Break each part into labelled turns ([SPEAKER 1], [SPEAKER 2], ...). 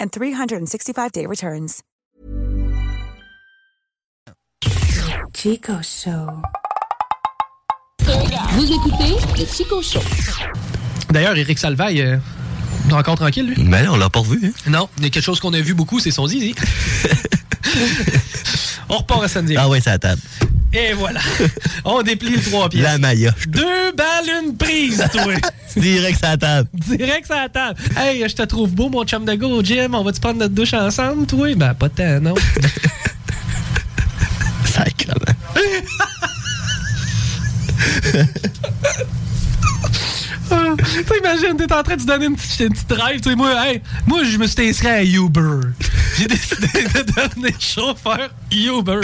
[SPEAKER 1] and 365-day returns.
[SPEAKER 2] Chico Show.
[SPEAKER 3] Vous écoutez le Chico Show.
[SPEAKER 4] D'ailleurs, Eric Salvaille, euh, est encore tranquille, lui?
[SPEAKER 5] Mais on l'a pas revu. hein.
[SPEAKER 4] Non, il y a quelque chose qu'on a vu beaucoup, c'est son zizi. on repart à samedi.
[SPEAKER 5] Ah ouais, c'est la table.
[SPEAKER 4] Et voilà. On déplie le trois pièces.
[SPEAKER 5] La Maya.
[SPEAKER 4] Deux balles, une prise, toi.
[SPEAKER 5] Direct sur la table.
[SPEAKER 4] Direct à la table. Hey, je te trouve beau, mon chum de go, Jim. On va-tu prendre notre douche ensemble, toi? Ben, pas tant, non.
[SPEAKER 5] Sacrement.
[SPEAKER 4] Ah, T'imagines, t'es en train de te donner une petite, une petite drive. Tu sais, moi, hey, moi, je me suis inscrit à Uber. J'ai décidé de devenir chauffeur Uber.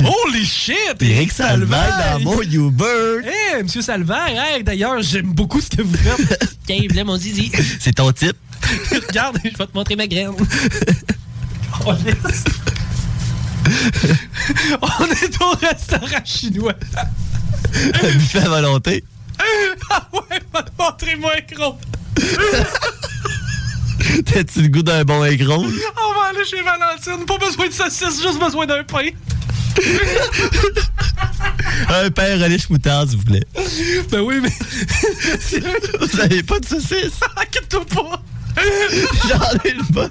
[SPEAKER 4] Holy shit!
[SPEAKER 5] Eric Salvaille dans mon Uber.
[SPEAKER 4] Hey, monsieur Salvaire, hey, d'ailleurs, j'aime beaucoup ce que vous faites. Tiens, là, mon zizi.
[SPEAKER 5] C'est ton type.
[SPEAKER 4] Regarde, je vais te montrer ma graine. Oh, yes. On est au restaurant chinois.
[SPEAKER 5] Buffet à volonté.
[SPEAKER 4] Ah ouais, va te montrer mon écran.
[SPEAKER 5] T'as-tu le goût d'un bon aigron?
[SPEAKER 4] On va aller chez Valentine. Pas besoin de saucisse, juste besoin d'un pain.
[SPEAKER 5] Un pain relais moutarde, s'il vous plaît.
[SPEAKER 4] Ben oui, mais. Ah,
[SPEAKER 5] Vous avez pas de saucisse?
[SPEAKER 4] Inquiète-toi pas.
[SPEAKER 5] J'en ai le bon.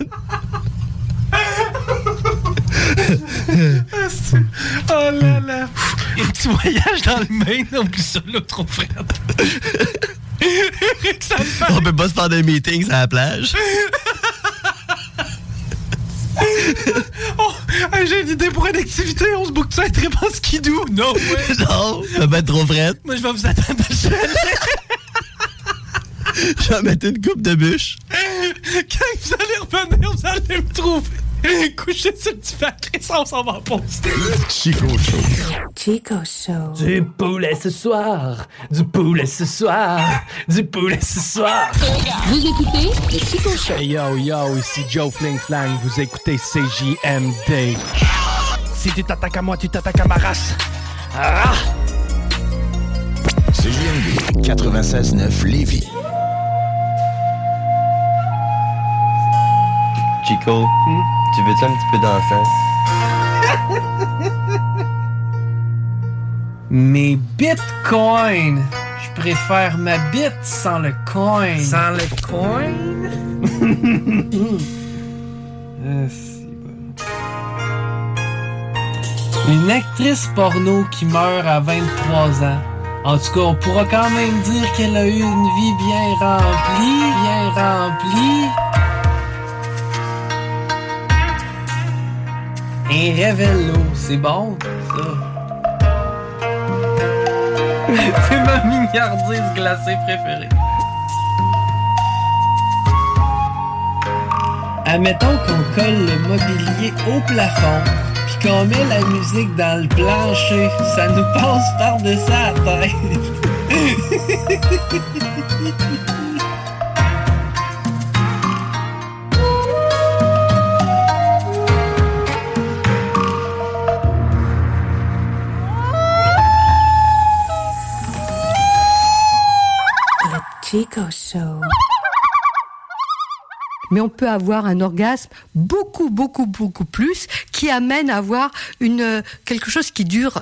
[SPEAKER 4] Ah, Oh là là! Et tu voyages dans le Maine, on oublie ça là, trop frère. Eric Salvaille,
[SPEAKER 5] On peut pas se faire des meetings à la plage.
[SPEAKER 4] oh, hey, j'ai une idée pour une activité, on se boucle ça et répond skidou. Non, ouais.
[SPEAKER 5] Non, ça va être trop frais.
[SPEAKER 4] Moi, je vais vous attendre à chalet.
[SPEAKER 5] Je vais mettre une coupe de bûche.
[SPEAKER 4] Quand vous allez revenir, vous allez me trouver. Couché sur le divan, Chris, on s'en va en pause.
[SPEAKER 5] Chico
[SPEAKER 2] Chico Show.
[SPEAKER 6] Du poulet ce soir, du poulet ce soir, du poulet ce soir.
[SPEAKER 3] Vous écoutez le Chico Show.
[SPEAKER 6] Hey yo yo, ici Joe Fling Flang, vous écoutez CJMD. Si tu t'attaques à moi, tu t'attaques à ma race. Ah!
[SPEAKER 7] CJMD 96-9 Lévis.
[SPEAKER 8] Chico, tu veux-tu un petit peu danser?
[SPEAKER 6] Mes bitcoins. Je préfère ma bit sans le coin. Sans le coin? Euh, Une actrice porno qui meurt à 23 ans. En tout cas, on pourra quand même dire qu'elle a eu une vie bien remplie, bien remplie. Et révèle-l'eau, c'est bon, ça. c'est ma milliardise glacée préférée. Admettons qu'on colle le mobilier au plafond, puis qu'on met la musique dans le plancher, ça nous passe par-dessus la tête.
[SPEAKER 2] Le Chico Show.
[SPEAKER 9] mais on peut avoir un orgasme beaucoup, beaucoup, beaucoup plus qui amène à avoir une, euh, quelque chose qui dure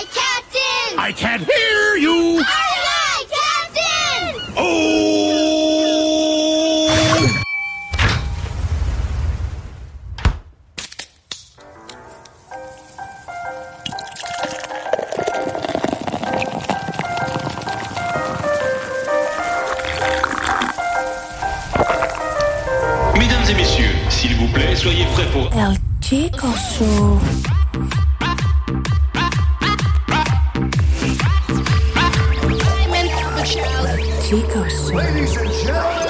[SPEAKER 4] aye, Captain!
[SPEAKER 10] I can't hear you!
[SPEAKER 4] Aye, aye, Captain!
[SPEAKER 10] Oh!
[SPEAKER 11] Mesdames et messieurs, s'il vous plaît, soyez prêts pour...
[SPEAKER 12] El Chico Show. Chico Show.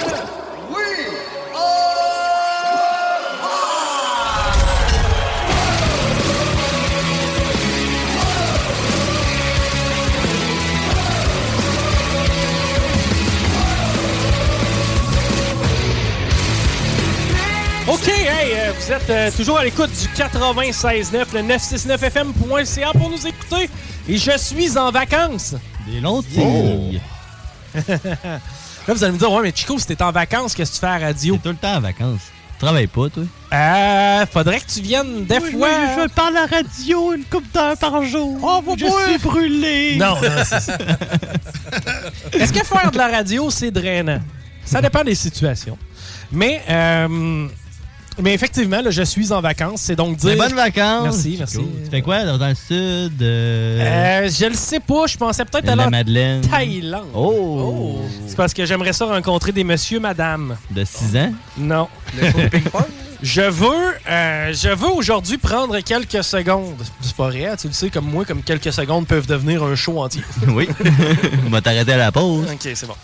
[SPEAKER 6] OK, hey, euh, vous êtes euh, toujours à l'écoute du 96.9, le 969fm.ca pour nous écouter. Et je suis en vacances. Oh.
[SPEAKER 5] Des lentilles.
[SPEAKER 6] Là, vous allez me dire, ouais, mais Chico, si t'es en vacances, qu'est-ce que tu fais à la radio?
[SPEAKER 5] tout le temps en vacances. Tu travailles pas, toi?
[SPEAKER 6] Euh, faudrait que tu viennes des
[SPEAKER 13] Oui,
[SPEAKER 6] fois.
[SPEAKER 13] oui, je parle à la radio une coupe d'heure par jour. je suis brûlé.
[SPEAKER 6] Non, non, c'est ça. Est-ce que faire de la radio, c'est drainant? Ça dépend des situations. Mais, euh, mais effectivement, là, je suis en vacances. C'est donc dire.
[SPEAKER 5] Des bonnes vacances. Euh,
[SPEAKER 6] Merci,
[SPEAKER 5] Chico.
[SPEAKER 6] merci.
[SPEAKER 5] Tu fais quoi dans, dans le sud? euh,
[SPEAKER 6] Euh, je le sais pas, je pensais peut-être
[SPEAKER 5] La
[SPEAKER 6] à la
[SPEAKER 5] Madeleine.
[SPEAKER 6] Thaïlande. Oh! C'est parce que j'aimerais ça rencontrer des messieurs, madame.
[SPEAKER 5] de 6 ans?
[SPEAKER 6] Non. Je veux, euh, je veux aujourd'hui prendre quelques secondes. C'est pas vrai, tu le sais, comme moi, comme quelques secondes peuvent devenir un show entier.
[SPEAKER 5] oui. On va t'arrêter à la pause.
[SPEAKER 6] OK, c'est bon.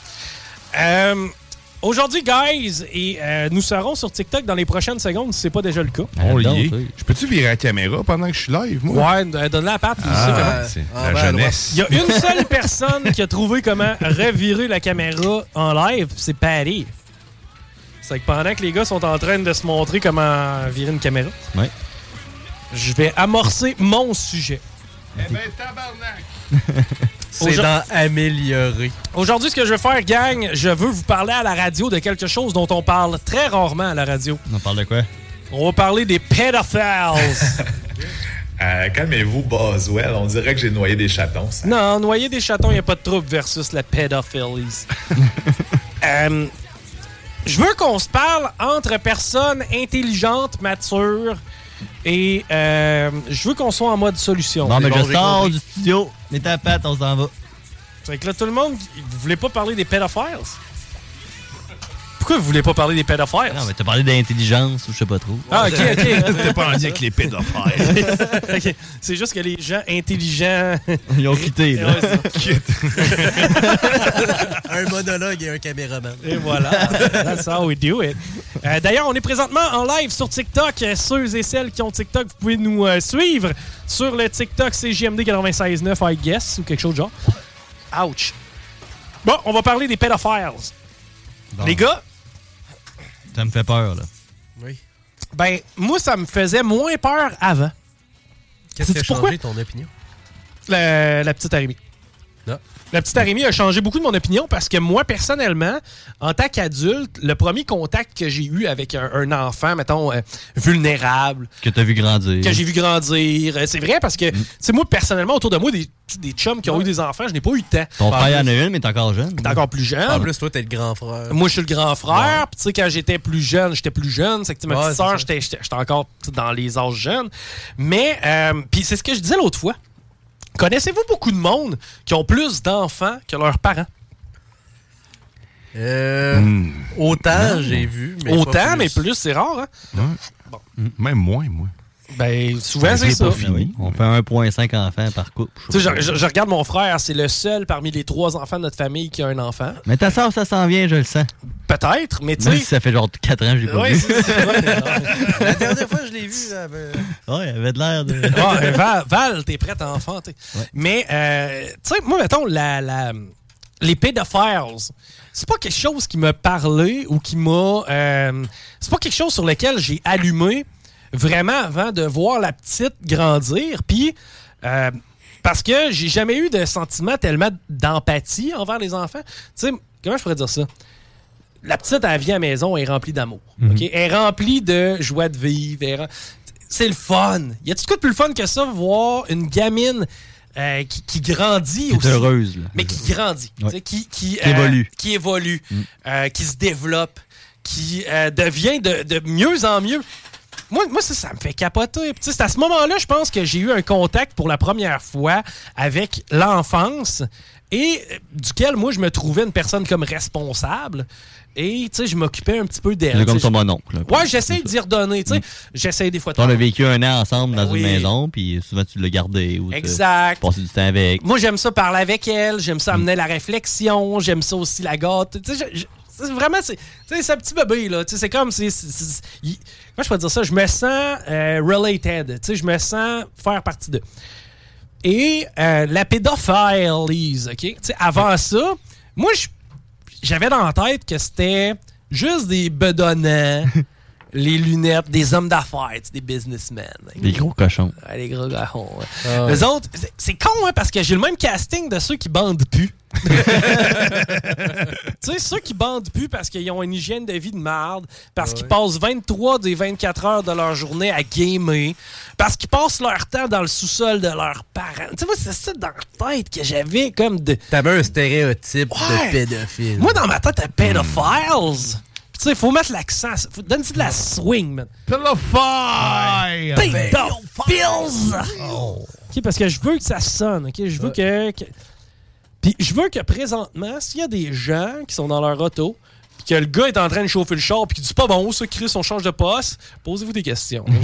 [SPEAKER 6] Euh, Aujourd'hui, guys, et euh, nous serons sur TikTok dans les prochaines secondes, si c'est pas déjà le cas.
[SPEAKER 14] On y est. Je peux-tu virer la caméra pendant que je suis live, moi?
[SPEAKER 6] Ouais, euh, donne-la à Pat. il
[SPEAKER 14] Ah,
[SPEAKER 6] sait comment.
[SPEAKER 14] ouais, c'est Ah, la ben, jeunesse.
[SPEAKER 6] Il y a une seule personne qui a trouvé comment revirer la caméra en live, c'est Patty. C'est que pendant que les gars sont en train de se montrer comment virer une caméra,
[SPEAKER 5] Ouais.
[SPEAKER 6] je vais amorcer mon sujet.
[SPEAKER 14] Eh ben, tabarnak!
[SPEAKER 6] Aujourd'hui-
[SPEAKER 13] améliorer.
[SPEAKER 6] Aujourd'hui, ce que je veux faire, gang, je veux vous parler à la radio de quelque chose dont on parle très rarement à la radio.
[SPEAKER 5] On parle de quoi?
[SPEAKER 6] On va parler des pedophiles.
[SPEAKER 15] Euh, Calmez-vous, Boswell. On dirait que j'ai noyé des chatons. ça.
[SPEAKER 6] non, noyer des chatons, il n'y a pas de trouble versus la pédophilie. Euh, je veux qu'on se parle entre personnes intelligentes, matures, et euh, je veux qu'on soit en mode solution.
[SPEAKER 5] Bon, mais
[SPEAKER 6] C'est bon,
[SPEAKER 5] je
[SPEAKER 6] j'ai
[SPEAKER 5] sors
[SPEAKER 6] compris.
[SPEAKER 5] du studio. Mets ta patte, on s'en va.
[SPEAKER 6] Fait que là, tout le monde, vous voulez pas parler des pédophiles? Pourquoi vous voulez pas parler des pédophiles?
[SPEAKER 5] Non, Ah, mais t'as parlé d'intelligence ou je sais pas trop.
[SPEAKER 6] Ah, ok, ok.
[SPEAKER 14] C'était pas en lien avec les pédophiles.
[SPEAKER 6] Ok, C'est juste que les gens intelligents.
[SPEAKER 5] Ils ont quitté, là.
[SPEAKER 6] Ouais, c'est-
[SPEAKER 16] un monologue et un caméraman.
[SPEAKER 6] Et voilà, that's how we do it. Euh, D'ailleurs, on est présentement en live sur TikTok. Euh, Ceux et celles qui ont TikTok, vous pouvez nous euh, suivre sur le TikTok CJMD969, I guess, ou quelque chose de genre. Ouch. Bon, on va parler des pédophiles.
[SPEAKER 5] Bon.
[SPEAKER 6] Les gars,
[SPEAKER 5] Ça me fait peur, là.
[SPEAKER 6] ben, moi, ça me faisait moins peur avant.
[SPEAKER 16] Qu'est-ce qui a
[SPEAKER 6] Sais-tu pourquoi?
[SPEAKER 16] changé ton opinion?
[SPEAKER 6] La, la petite Arémie. La petite Arémie a changé beaucoup de mon opinion parce que moi, personnellement, en tant qu'adulte, le premier contact que j'ai eu avec un, un enfant, mettons, euh, vulnérable,
[SPEAKER 5] Que t'as vu grandir.
[SPEAKER 6] que j'ai vu grandir, euh, c'est vrai parce que, tu sais, moi, personnellement, autour de moi, des, des chums qui ont eu des enfants, je n'ai pas eu le temps.
[SPEAKER 5] Ton
[SPEAKER 6] Par-
[SPEAKER 5] frère en a une, mais t'es encore jeune. Ah.
[SPEAKER 6] T'es encore plus jeune.
[SPEAKER 16] En plus, toi, t'es le grand frère.
[SPEAKER 6] Euh, Moi, je suis le grand frère. Puis, tu sais, quand j'étais plus jeune, j'étais plus jeune. C'est que, tu sais, ma
[SPEAKER 16] Ouais,
[SPEAKER 6] petite
[SPEAKER 16] c'est
[SPEAKER 6] soeur,
[SPEAKER 16] ça.
[SPEAKER 6] j'étais j'étais- j'étais encore tu sais, dans les âges jeunes. Mais, euh, puis c'est ce que je disais l'autre fois. Connaissez-vous beaucoup de monde qui ont plus d'enfants que leurs parents?
[SPEAKER 16] Euh,
[SPEAKER 5] Hmm.
[SPEAKER 16] Autant, j'ai vu. Mais
[SPEAKER 6] Autant,
[SPEAKER 16] pas
[SPEAKER 6] mais plus, c'est rare. Hein?
[SPEAKER 14] Même moins, moi.
[SPEAKER 6] Ben, souvent, c'est ça.
[SPEAKER 5] Ben oui, On fait 1,5 enfants par couple.
[SPEAKER 6] Tu sais, je, je- je regarde mon frère, c'est le seul parmi les trois enfants de notre famille qui a un enfant.
[SPEAKER 5] Mais ta soeur, ça s'en vient, je le sens.
[SPEAKER 6] Peut-être, mais tu
[SPEAKER 5] Même si
[SPEAKER 6] sais.
[SPEAKER 5] ça fait genre 4 ans que je l'ai pas
[SPEAKER 6] Ouais,
[SPEAKER 5] vu.
[SPEAKER 6] c'est- c'est- ouais,
[SPEAKER 16] La dernière fois, je l'ai vu. là, ben,
[SPEAKER 5] Ouais, elle avait de l'air de.
[SPEAKER 6] Ah, euh, Val, Val, t'es prête à enfanter. Mais, euh, tu sais, moi, mettons, la, la, les pédophiles. C'est pas quelque chose qui m'a parlé ou qui m'a. euh, c'est pas quelque chose sur lequel j'ai allumé vraiment avant de voir la petite grandir. Puis, euh, parce que j'ai jamais eu de sentiment tellement d'empathie envers les enfants. Tu sais, comment je pourrais dire ça? La petite, elle vient à la maison, elle est remplie d'amour.
[SPEAKER 17] Mhm.
[SPEAKER 6] OK? Elle est remplie de joie de vivre. elle est rem- C'est le fun. Y a-t-il quoi de plus fun que ça, voir une gamine euh, qui, qui grandit
[SPEAKER 5] Qui est
[SPEAKER 6] aussi?
[SPEAKER 5] heureuse, là.
[SPEAKER 6] Mais qui grandit. tu sais, Qui, qui,
[SPEAKER 5] Qui évolue. Mm.
[SPEAKER 6] Qui évolue, euh, qui se développe, qui euh, devient de, de mieux en mieux. Moi, moi ça, ça me fait capoter. Puis, tu sais, C'est à ce moment-là, je pense que j'ai eu un contact pour la première fois avec l'enfance et euh, duquel, moi, je me trouvais une personne comme responsable. Et, tu sais, je m'occupais un petit peu d'elle.
[SPEAKER 5] C'est comme
[SPEAKER 6] Tu sais,
[SPEAKER 5] ton mononcle, un peu. Mm.
[SPEAKER 6] Ouais, j'essaie d'y redonner, tu sais. J'essaie des fois de
[SPEAKER 5] On a vécu un an ensemble dans
[SPEAKER 6] Ben oui.
[SPEAKER 5] une maison, puis souvent tu l'as gardé ou tu- tu
[SPEAKER 6] Exact.
[SPEAKER 5] passais du temps avec.
[SPEAKER 6] Moi, j'aime ça parler avec elle, j'aime ça amener la réflexion, j'aime ça aussi la gâte. Tu sais, je- je- c'est vraiment, c'est tu sais, c'est un petit bébé, là. Tu sais, C'est comme. c'est- c'est- c'est- il- Comment je peux dire ça? Je me sens euh, related. Tu sais, Je me sens faire partie d'eux. Et euh, la pédophilise, OK? Tu sais, avant ça, moi, je- j'avais dans la tête que c'était juste des bedonnants, les lunettes, des hommes d'affaires, tu sais, des businessmen.
[SPEAKER 5] Des gros cochons.
[SPEAKER 6] Ouais, les gros garçons. ouais.
[SPEAKER 5] Ah ouais.
[SPEAKER 6] Les autres, c'est- c'est con, hein, parce que j'ai le même casting de ceux qui bandent plus. tu sais, ceux qui bandent plus parce qu'ils ont une hygiène de vie de marde, parce
[SPEAKER 16] Ah
[SPEAKER 6] qu'ils passent 23 des 24 heures de leur journée à gamer, parce qu'ils passent leur temps dans le sous-sol de leurs parents. Tu sais, moi, c'est ça dans la tête que j'avais comme de.
[SPEAKER 16] T'avais un stéréotype
[SPEAKER 6] Ouais.
[SPEAKER 16] de pédophile. Hmm.
[SPEAKER 6] Moi, dans ma tête, à pedophiles. Puis Tu sais, faut mettre l'accent. Faut... Donne-y de la swing, man.
[SPEAKER 14] Pédophile!
[SPEAKER 6] Pedophiles! OK, parce que je veux que ça sonne, OK? Je veux que... que- Puis je veux que présentement, s'il y a des gens qui sont dans leur auto, puis que le gars est en train de chauffer le char, puis qu'il dit pas bon, ça, Chris, on change de poste, posez-vous des questions.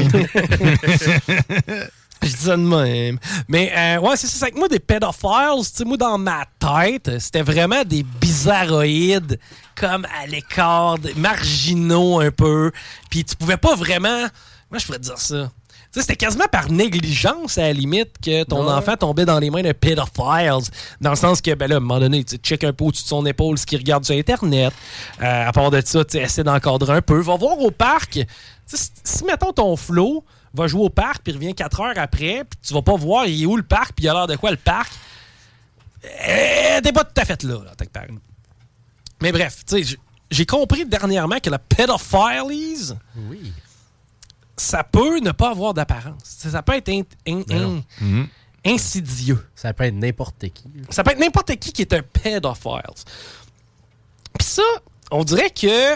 [SPEAKER 6] Je dis ça de même. Mais euh, ouais, c'est ça. C'est que moi, des pédophiles, tu sais, moi, dans ma tête, c'était vraiment des bizarroïdes, comme à l'écart, des marginaux un peu. Puis tu pouvais pas vraiment. Moi, je pourrais te dire ça. Tu sais, c'était quasiment par négligence, à la limite, que ton
[SPEAKER 16] Ouais.
[SPEAKER 6] enfant tombait dans les mains de pédophiles. Dans le sens que, ben là, à un moment donné, tu check un peu au-dessus de son épaule ce qu'il regarde sur Internet. Euh, à part de ça, tu sais, essaie d'encadrer un peu. Va voir au parc. Tu sais, si- si, mettons, ton flow va jouer au parc, puis revient 4 heures après, puis tu vas pas voir il est où le parc, puis il a l'air de quoi le parc, euh, t'es pas tout à fait là, là, quelque part. Mais bref, tu sais, j- j'ai compris dernièrement que la pédophilise,
[SPEAKER 16] Oui.
[SPEAKER 6] ça peut ne pas avoir d'apparence. Ça ça peut être in- in- in- insidieux.
[SPEAKER 16] Ça peut être n'importe qui.
[SPEAKER 6] Ça peut être n'importe qui qui est un pédophile. Puis ça, on dirait que.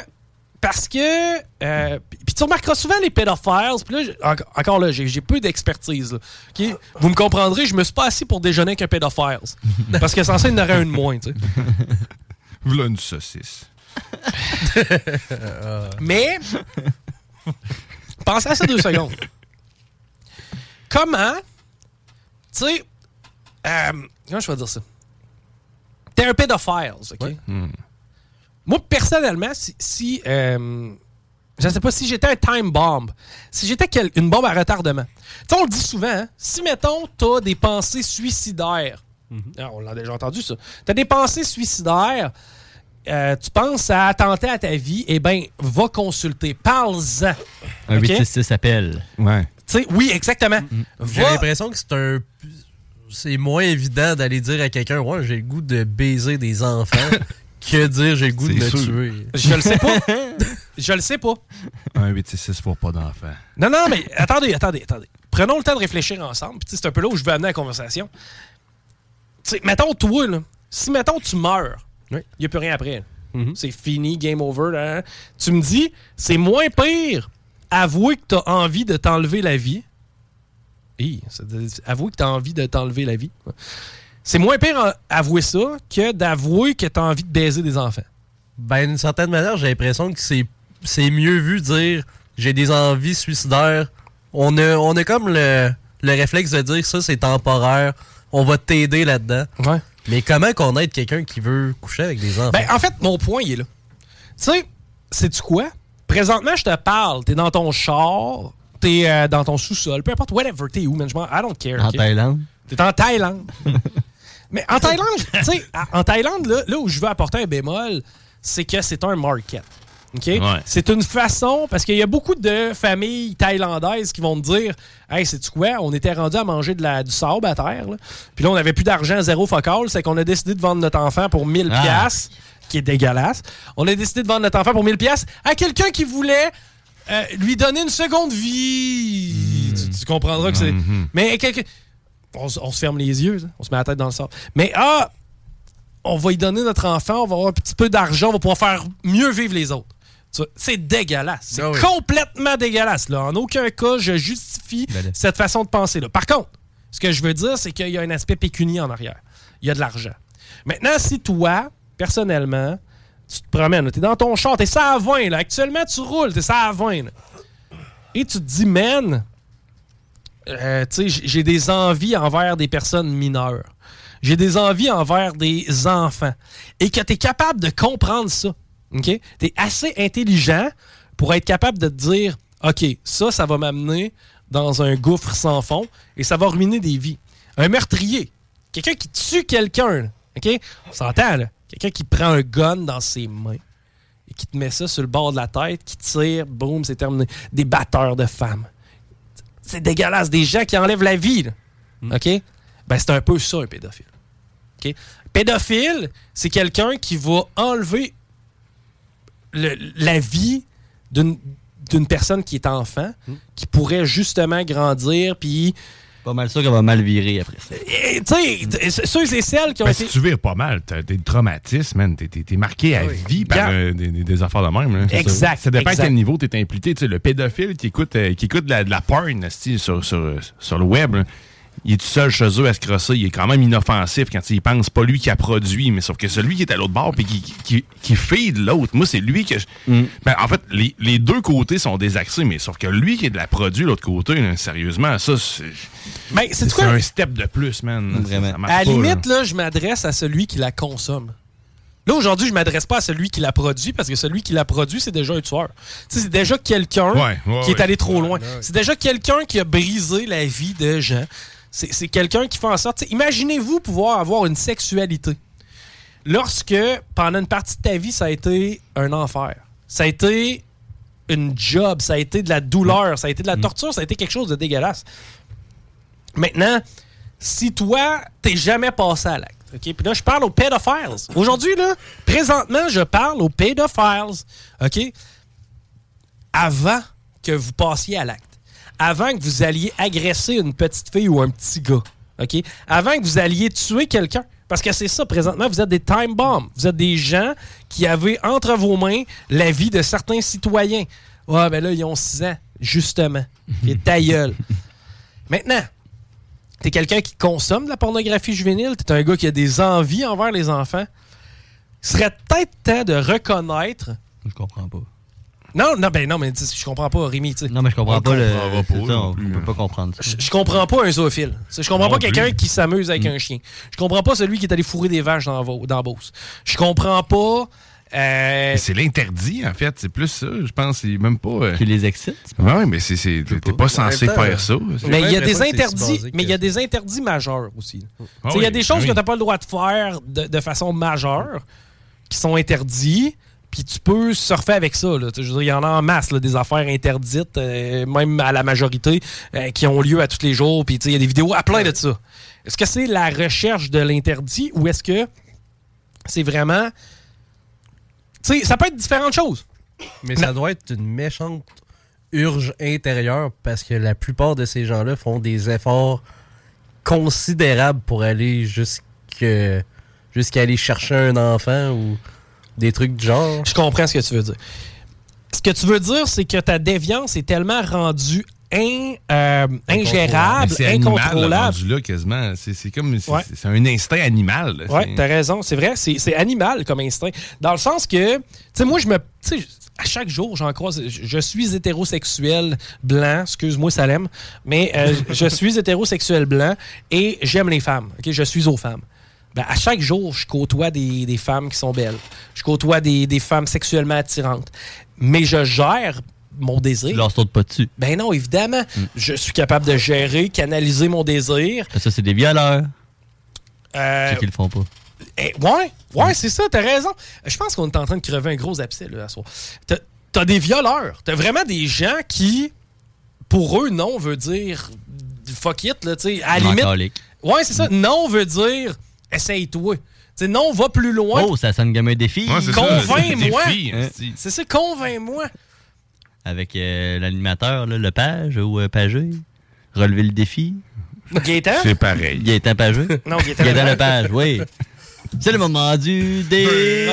[SPEAKER 6] Parce que. euh, puis puis tu remarqueras souvent les pédophiles. Puis là, j'ai- enc- encore là, j'ai j'ai peu d'expertise. là. OK? Vous me comprendrez, je me suis pas assis pour déjeuner avec un pédophile. parce que sans ça, il y en aurait un de moins. tu sais.
[SPEAKER 14] V'là une saucisse.
[SPEAKER 6] Mais, pensez à ça deux secondes. Comment, tu sais, euh, comment je vais dire ça? T'es un pédophile, OK?
[SPEAKER 14] Hmm.
[SPEAKER 6] Moi, personnellement, si, si euh, je sais pas, si j'étais un time bomb, si j'étais quel- une bombe à retardement, tu sais, on le dit souvent, hein, si, mettons, t'as des pensées suicidaires,
[SPEAKER 14] Mm-hmm.
[SPEAKER 6] Ah, on l'a déjà entendu, ça, t'as des pensées suicidaires, euh, tu penses à attenter à ta vie, eh ben, va consulter, parle-en.
[SPEAKER 5] Un
[SPEAKER 6] OK?
[SPEAKER 5] 866 appel. Ouais.
[SPEAKER 6] Tu sais, oui, exactement.
[SPEAKER 5] Mm.
[SPEAKER 16] J'ai
[SPEAKER 6] Va-
[SPEAKER 16] l'impression que c'est un. C'est moins évident d'aller dire à quelqu'un Ouais, j'ai le goût de baiser des enfants que dire j'ai le goût de me
[SPEAKER 14] C'est sûr.
[SPEAKER 16] tuer.
[SPEAKER 6] Je le sais pas. Je le sais pas.
[SPEAKER 14] Un 866 pour pas d'enfant.
[SPEAKER 6] Non, non, mais attendez, attendez, attendez. Prenons le temps de réfléchir ensemble. Puis, tu sais, c'est un peu là où je veux amener la conversation. Tu sais, mettons, toi, là, si, mettons, tu meurs, il n'y a plus rien après. C'est fini, game over. là. hein. Tu me dis, c'est moins pire avouer que tu as envie de t'enlever la vie. Hi, ça veut dire- avouer que tu as envie de t'enlever la vie. C'est moins pire euh, avouer ça que d'avouer que tu as envie de baiser des enfants.
[SPEAKER 16] Ben, d'une certaine manière, j'ai l'impression que c'est, c'est mieux vu dire j'ai des envies suicidaires. On a, on a comme le, le réflexe de dire ça, c'est temporaire. On va t'aider là-dedans. Mais comment qu'on aide quelqu'un qui veut coucher avec des enfants?
[SPEAKER 6] Ben, en fait, mon point, il est là. Tu sais, sais-tu quoi? Présentement, je te parle, t'es dans ton char, t'es euh, dans ton sous-sol, peu importe, whatever, t'es où, man, je m'en- I don't care.
[SPEAKER 5] En
[SPEAKER 6] ok?
[SPEAKER 5] Thaïlande.
[SPEAKER 6] T'es en Thaïlande. Mais en Thaïlande, tu sais, à- en Thaïlande, là, là où je veux apporter un bémol, c'est que c'est un market. OK? C'est une façon, parce qu'il y a beaucoup de familles thaïlandaises qui vont te dire Hey, c'est-tu quoi? On était rendu à manger de la, du sable à terre. là. Puis là, on n'avait plus d'argent, zéro focal. C'est qu'on a décidé de vendre notre enfant pour 1000
[SPEAKER 5] Ah.
[SPEAKER 6] piastres, qui est dégueulasse. On a décidé de vendre notre enfant pour 1000 piastres à quelqu'un qui voulait euh, lui donner une seconde vie. Tu, tu comprendras que c'est. Mais quelqu'un. On, se- on se ferme les yeux, là. on se met la tête dans le sable. Mais ah, on va y donner notre enfant, on va avoir un petit peu d'argent, on va pouvoir faire mieux vivre les autres. Tu vois, C'est dégueulasse. C'est
[SPEAKER 16] Ah oui.
[SPEAKER 6] complètement dégueulasse. Là. En aucun cas, je justifie
[SPEAKER 16] Ben
[SPEAKER 6] cette façon de penser. Là. Par contre, ce que je veux dire, c'est qu'il y a un aspect pécunier en arrière. Il y a de l'argent. Maintenant, si toi, personnellement, tu te promènes, tu es dans ton char, tu es ça à 20, là. actuellement tu roules, tu es ça à 20. là. Et tu te dis, man, euh, tu sais, j- j'ai des envies envers des personnes mineures. J'ai des envies envers des enfants. Et que tu es capable de comprendre ça. OK? Tu es assez intelligent pour être capable de te dire OK, ça, ça va m'amener dans un gouffre sans fond et ça va ruiner des vies. Un meurtrier, quelqu'un qui tue quelqu'un, là, OK? On s'entend, là. Quelqu'un qui prend un gun dans ses mains et qui te met ça sur le bord de la tête, qui tire, boum, c'est terminé. Des batteurs de femmes c'est dégueulasse. Des gens qui enlèvent la vie. là.
[SPEAKER 5] Hmm.
[SPEAKER 6] OK? Ben, c'est un peu ça, un pédophile. OK? Pédophile, c'est quelqu'un qui va enlever le- la vie d'une d'une personne qui est enfant, qui pourrait justement grandir, puis...
[SPEAKER 5] Hmm. Pas mal sûr qu'elle va mal virer après ça.
[SPEAKER 6] Et, Tu sais, t- ceux et celles qui ont
[SPEAKER 14] Ben,
[SPEAKER 6] été... Ah
[SPEAKER 14] si tu vires pas mal, t'as des traumatismes, man. T'es- T'es t'es marqué à
[SPEAKER 6] Oui.
[SPEAKER 14] vie par
[SPEAKER 6] Gars.
[SPEAKER 14] euh, des, des- des affaires de même. là.
[SPEAKER 6] Exact,
[SPEAKER 14] Ça, ça dépend
[SPEAKER 6] exact.
[SPEAKER 14] à quel niveau t'es impliqué. Tu sais, le pédophile qui écoute, euh, qui écoute de la, de la porn esti, sur, sur, sur le web, là, il est tout seul chez eux à se crosser. Il est quand même inoffensif quand il pense. pas lui qui a produit, mais sauf que celui qui est à l'autre bord puis qui, qui, qui, qui feed l'autre. Moi, c'est lui que je-
[SPEAKER 6] Mm.
[SPEAKER 14] Ben, en fait, les, les deux côtés sont désaxés, mais sauf que lui qui est de la produit, l'autre côté, là, sérieusement, ça, c'est
[SPEAKER 6] Ben, c'est
[SPEAKER 14] c'est
[SPEAKER 6] quoi?
[SPEAKER 14] un step de plus, man. Ça, ça marche
[SPEAKER 6] À la
[SPEAKER 14] pas, là.
[SPEAKER 6] limite, là, je m'adresse à celui qui la consomme. Là, aujourd'hui, je m'adresse pas à celui qui la produit parce que celui qui la produit, c'est déjà un tueur. Tu sais, c'est déjà quelqu'un
[SPEAKER 14] Ouais, ouais,
[SPEAKER 6] qui est
[SPEAKER 14] ouais.
[SPEAKER 6] allé trop loin. C'est déjà quelqu'un qui a brisé la vie de gens. C'est c'est quelqu'un qui fait en sorte. tu sais, Imaginez-vous pouvoir avoir une sexualité. Lorsque, pendant une partie de ta vie, ça a été un enfer. Ça a été une job, ça a été de la douleur, ça a été
[SPEAKER 14] Mm.
[SPEAKER 6] de la torture, ça a été quelque chose de dégueulasse. Maintenant, si toi, t'es jamais passé à l'acte, OK? Puis là, je parle aux pédophiles. Aujourd'hui, là, présentement, je parle aux pédophiles, OK? Avant que vous passiez à l'acte. Avant que vous alliez agresser une petite fille ou un petit gars, OK? Avant que vous alliez tuer quelqu'un. Parce que c'est ça, présentement, vous êtes des time bombs. Vous êtes des gens qui avaient entre vos mains la vie de certains citoyens. Ouais, ben là, ils ont 6 ans, justement. Puis ta gueule. Maintenant, t'es quelqu'un qui consomme de la pornographie juvénile, t'es un gars qui a des envies envers les enfants, il serait peut-être temps de reconnaître.
[SPEAKER 5] Je comprends pas.
[SPEAKER 6] Non, non, ben non, mais dis- je comprends pas, Rémi. Non, mais je
[SPEAKER 5] comprends pas le- c'est ça, on peut pas comprendre ça.
[SPEAKER 6] Je comprends pas un zoophile. C'est- Je comprends
[SPEAKER 5] Non
[SPEAKER 6] pas
[SPEAKER 5] plus.
[SPEAKER 6] quelqu'un qui s'amuse avec un chien. Je comprends pas celui qui est allé fourrer des vaches dans, Vau- dans Beauce. Je comprends pas. euh,
[SPEAKER 14] Mais C'est l'interdit, en fait. C'est plus ça, je pense. C'est même pas.
[SPEAKER 5] Tu les excites?
[SPEAKER 14] Oui, mais c'est- c'est- t'es pas censé
[SPEAKER 6] temps,
[SPEAKER 14] faire ça.
[SPEAKER 6] Mais il y a des interdits, mais il y a des interdits majeurs aussi. Tu sais, il y a
[SPEAKER 14] Ah oui,
[SPEAKER 6] des choses
[SPEAKER 14] oui.
[SPEAKER 6] que tu n'as pas le droit de faire de, de façon majeure qui sont interdits. Puis tu peux surfer avec ça. là. Tu sais, Je veux dire, il y en a en masse, là, des affaires interdites, euh, même à la majorité, euh, qui ont lieu à tous les jours. Puis tu sais, il y a des vidéos à plein de ça. Est-ce que c'est la recherche de l'interdit ou est-ce que c'est vraiment. Tu sais, ça peut être différentes choses.
[SPEAKER 16] Mais ça doit être une méchante urge intérieure parce que la plupart de ces gens-là font des efforts considérables pour aller jusque jusqu'à aller chercher un enfant ou des trucs du genre.
[SPEAKER 6] Je comprends ce que tu veux dire. Ce que tu veux dire, c'est que ta déviance est tellement rendue in- euh, ingérable,
[SPEAKER 14] Mais c'est animal, là,
[SPEAKER 6] incontrôlable.
[SPEAKER 14] rendu là, quasiment. C'est c'est comme. c'est-
[SPEAKER 6] Ouais.
[SPEAKER 14] C'est un instinct animal. là.
[SPEAKER 6] Ouais,
[SPEAKER 14] C'est-
[SPEAKER 6] t'as raison, c'est vrai, c'est c'est animal comme instinct. Dans le sens que, tu sais, moi, je me. Tu sais, à chaque jour, j'en croise. Je, je suis hétérosexuel blanc, excuse-moi, Salem, mais euh, je suis hétérosexuel blanc et j'aime les femmes, ok? Je suis aux femmes. Ben, à chaque jour, je côtoie des, des femmes qui sont belles. Je côtoie des, des femmes sexuellement attirantes. Mais je gère mon désir. Tu
[SPEAKER 5] leur sautes pas dessus.
[SPEAKER 6] Ben non, évidemment. Je suis capable de gérer, canaliser mon désir.
[SPEAKER 5] Ça, c'est des violeurs.
[SPEAKER 6] Euh,
[SPEAKER 5] C'est qu'ils le font pas.
[SPEAKER 6] Eh, ouais, ouais, c'est ça, t'as raison. Je pense qu'on est en train de crever un gros abcès, là, à soir. T'as- T'as des violeurs. T'as vraiment des gens qui, pour eux, non veut dire fuck it, là, tu sais. À la limite.
[SPEAKER 5] Mancalique.
[SPEAKER 6] Ouais, c'est ça. Non veut dire essaye-toi. Tu sais, non, va plus loin.
[SPEAKER 5] Oh, ça sonne comme un défi.
[SPEAKER 6] Convainc-moi.
[SPEAKER 5] hein,
[SPEAKER 6] C'est ça, convainc-moi.
[SPEAKER 5] Avec euh, l'animateur, là, le page ou euh, pagé. Relever le défi.
[SPEAKER 6] Gaétan?
[SPEAKER 14] Hein? pareil.
[SPEAKER 5] Gaétan pagé.
[SPEAKER 6] Non, Gaétan
[SPEAKER 5] Gaétan le
[SPEAKER 6] Lepage.
[SPEAKER 5] page, oui. C'est le moment du dé.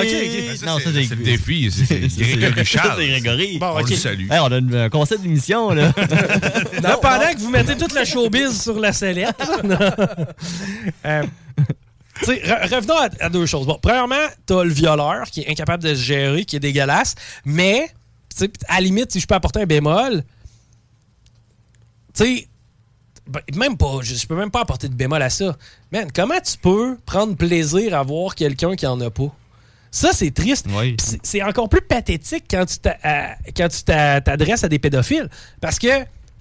[SPEAKER 14] Ben,
[SPEAKER 5] Non, ça, c'est le
[SPEAKER 14] défi. C'est Grégory Charles.
[SPEAKER 5] C'est Grégory.
[SPEAKER 14] Bon, On ok. le salue.
[SPEAKER 5] Hey, on a une- un concept d'émission, là.
[SPEAKER 6] Là, pendant que vous mettez toute la showbiz sur la sellette. Euh, tu sais, re- revenons à, à deux choses. Bon, premièrement, t'as le violeur qui est incapable de se gérer, qui est dégueulasse, mais tu sais, à la limite, si je peux apporter un bémol, tu sais, ben, même pas, je, je peux même pas apporter de bémol à ça. Man, comment tu peux prendre plaisir à voir quelqu'un qui en a pas? Ça, c'est triste. Puis c'est- C'est encore plus pathétique quand tu t'a- à- quand tu t'a- t'adresses à des pédophiles. Parce que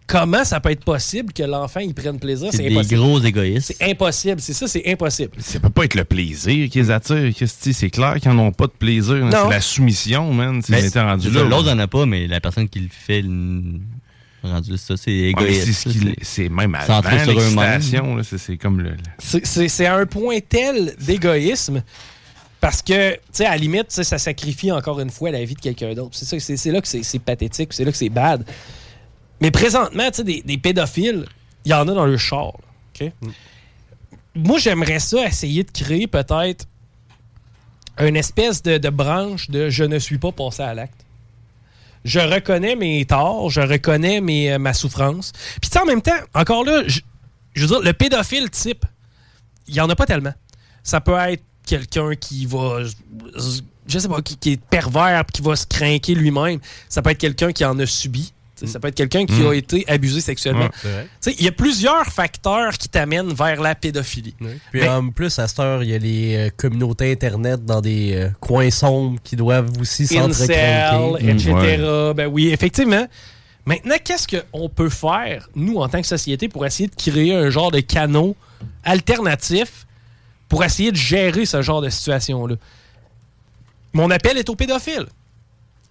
[SPEAKER 6] comment ça peut être possible que l'enfant y prenne plaisir?
[SPEAKER 5] C'est
[SPEAKER 6] C'est
[SPEAKER 5] des
[SPEAKER 6] impossible.
[SPEAKER 5] gros égoïstes.
[SPEAKER 6] C'est impossible. C'est ça, c'est impossible.
[SPEAKER 14] Ça peut pas être le plaisir qui les attire. Qu'est-ce que C'est c'est clair qu'ils n'en ont pas de plaisir. hein.
[SPEAKER 6] Non.
[SPEAKER 14] C'est la soumission, man. S'ils
[SPEAKER 5] Mais
[SPEAKER 14] étaient rendus
[SPEAKER 5] c'est
[SPEAKER 14] là.
[SPEAKER 5] ça, L'autre en a pas, mais la personne qui le fait, le- rendu là, ça, c'est égoïste.
[SPEAKER 14] c'est ce
[SPEAKER 5] ça,
[SPEAKER 14] qu'il- c'est même avant
[SPEAKER 5] centré sur eux-mêmes.
[SPEAKER 14] l'excitation. là, c'est- C'est comme le. le-
[SPEAKER 6] C'est- C'est c'est à un point tel d'égoïsme parce que, tu sais, à la limite, tu sais, ça sacrifie encore une fois la vie de quelqu'un d'autre. C'est ça, c'est- c'est là que c'est c'est pathétique, c'est là que c'est bad. Mais présentement, tu sais, des, des pédophiles, il y en a dans le char. là, OK? Moi, j'aimerais ça essayer de créer peut-être une espèce de, de branche de je ne suis pas passé à l'acte. Je reconnais mes torts, je reconnais mes, euh, ma souffrance. Puis, tu sais, en même temps, encore là, je, je veux dire, le pédophile type, il n'y en a pas tellement. Ça peut être quelqu'un qui va, je sais pas, qui, qui est pervers, puis qui va se craquer lui-même. Ça peut être quelqu'un qui en a subi. Tu sais, Ça peut être quelqu'un qui
[SPEAKER 4] Mm.
[SPEAKER 6] a été abusé sexuellement.
[SPEAKER 4] Ouais, c'est vrai.
[SPEAKER 6] Tu sais, Il y a plusieurs facteurs qui t'amènent vers la pédophilie. Ben,
[SPEAKER 16] Puis
[SPEAKER 6] Mais-
[SPEAKER 16] en plus, à cette heure, il y a les euh, communautés Internet dans des euh, coins sombres qui doivent aussi
[SPEAKER 6] Incel,
[SPEAKER 16] s'entrecroquer.
[SPEAKER 6] etc. Ben oui, effectivement. Maintenant, qu'est-ce qu'on peut faire, nous, en tant que société, pour essayer de créer un genre de canot alternatif pour essayer de gérer ce genre de situation-là? Mon appel est aux pédophiles.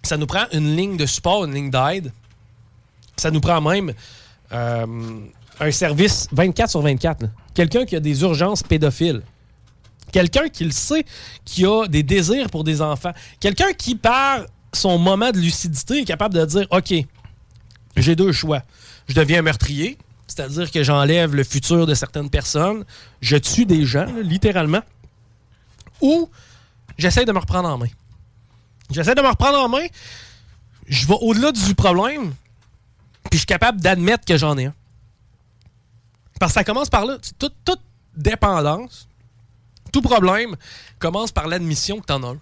[SPEAKER 6] Ça nous prend une ligne de support, une ligne d'aide. Ça nous prend même euh, un service 24 sur 24. là. Quelqu'un qui a des urgences pédophiles. Quelqu'un qui le sait, qui a des désirs pour des enfants. Quelqu'un qui, par son moment de lucidité, est capable de dire OK, j'ai deux choix. Je deviens meurtrier, c'est-à-dire que j'enlève le futur de certaines personnes, je tue des gens, là, littéralement, ou j'essaie de me reprendre en main. J'essaie de me reprendre en main, je vais au-delà du problème, puis je suis capable d'admettre que j'en ai un. Parce que ça commence par là. Toute, toute dépendance, tout problème commence par l'admission que t'en as un.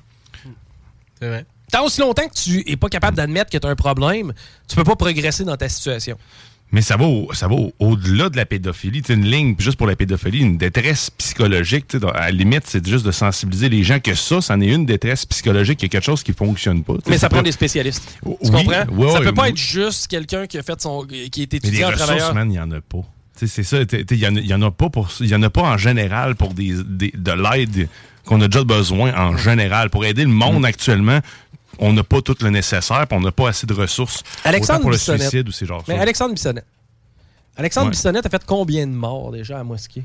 [SPEAKER 16] C'est vrai.
[SPEAKER 6] Tant aussi longtemps que tu n'es pas capable d'admettre que tu as un problème, tu peux pas progresser dans ta situation.
[SPEAKER 14] Mais ça va, au- ça va au- au-delà de la pédophilie. C'est une ligne puis juste pour la pédophilie, une détresse psychologique. tu sais, À la limite, c'est juste de sensibiliser les gens que ça, c'en est une détresse psychologique. Il y a quelque chose qui fonctionne pas. tu sais,
[SPEAKER 6] Mais
[SPEAKER 14] c'est
[SPEAKER 6] ça prend
[SPEAKER 14] pas-
[SPEAKER 6] des spécialistes.
[SPEAKER 14] Oui,
[SPEAKER 6] tu comprends?
[SPEAKER 14] oui,
[SPEAKER 6] ça peut
[SPEAKER 14] oui,
[SPEAKER 6] pas
[SPEAKER 14] oui.
[SPEAKER 6] être juste quelqu'un qui a fait son. qui est
[SPEAKER 14] Mais des
[SPEAKER 6] étudiant
[SPEAKER 14] ressources,
[SPEAKER 6] travailleur.
[SPEAKER 14] man, il n'y en a pas. Tu sais, C'est ça, t'es- t'es- il n'y en, a- il y en a pas pour ça. Il y en a pas en général pour des, des- de l'aide qu'on a déjà besoin en général. Pour aider le
[SPEAKER 6] Mm.
[SPEAKER 14] monde actuellement, on n'a pas tout le nécessaire, puis on n'a pas assez de ressources.
[SPEAKER 6] Alexandre
[SPEAKER 14] autant pour le
[SPEAKER 6] Bissonnette.
[SPEAKER 14] suicide ou ces genres de
[SPEAKER 6] Mais
[SPEAKER 14] choses.
[SPEAKER 6] Alexandre Bissonnette. Alexandre
[SPEAKER 14] Ouais.
[SPEAKER 6] Bissonnette a fait combien de morts déjà à Mosquée?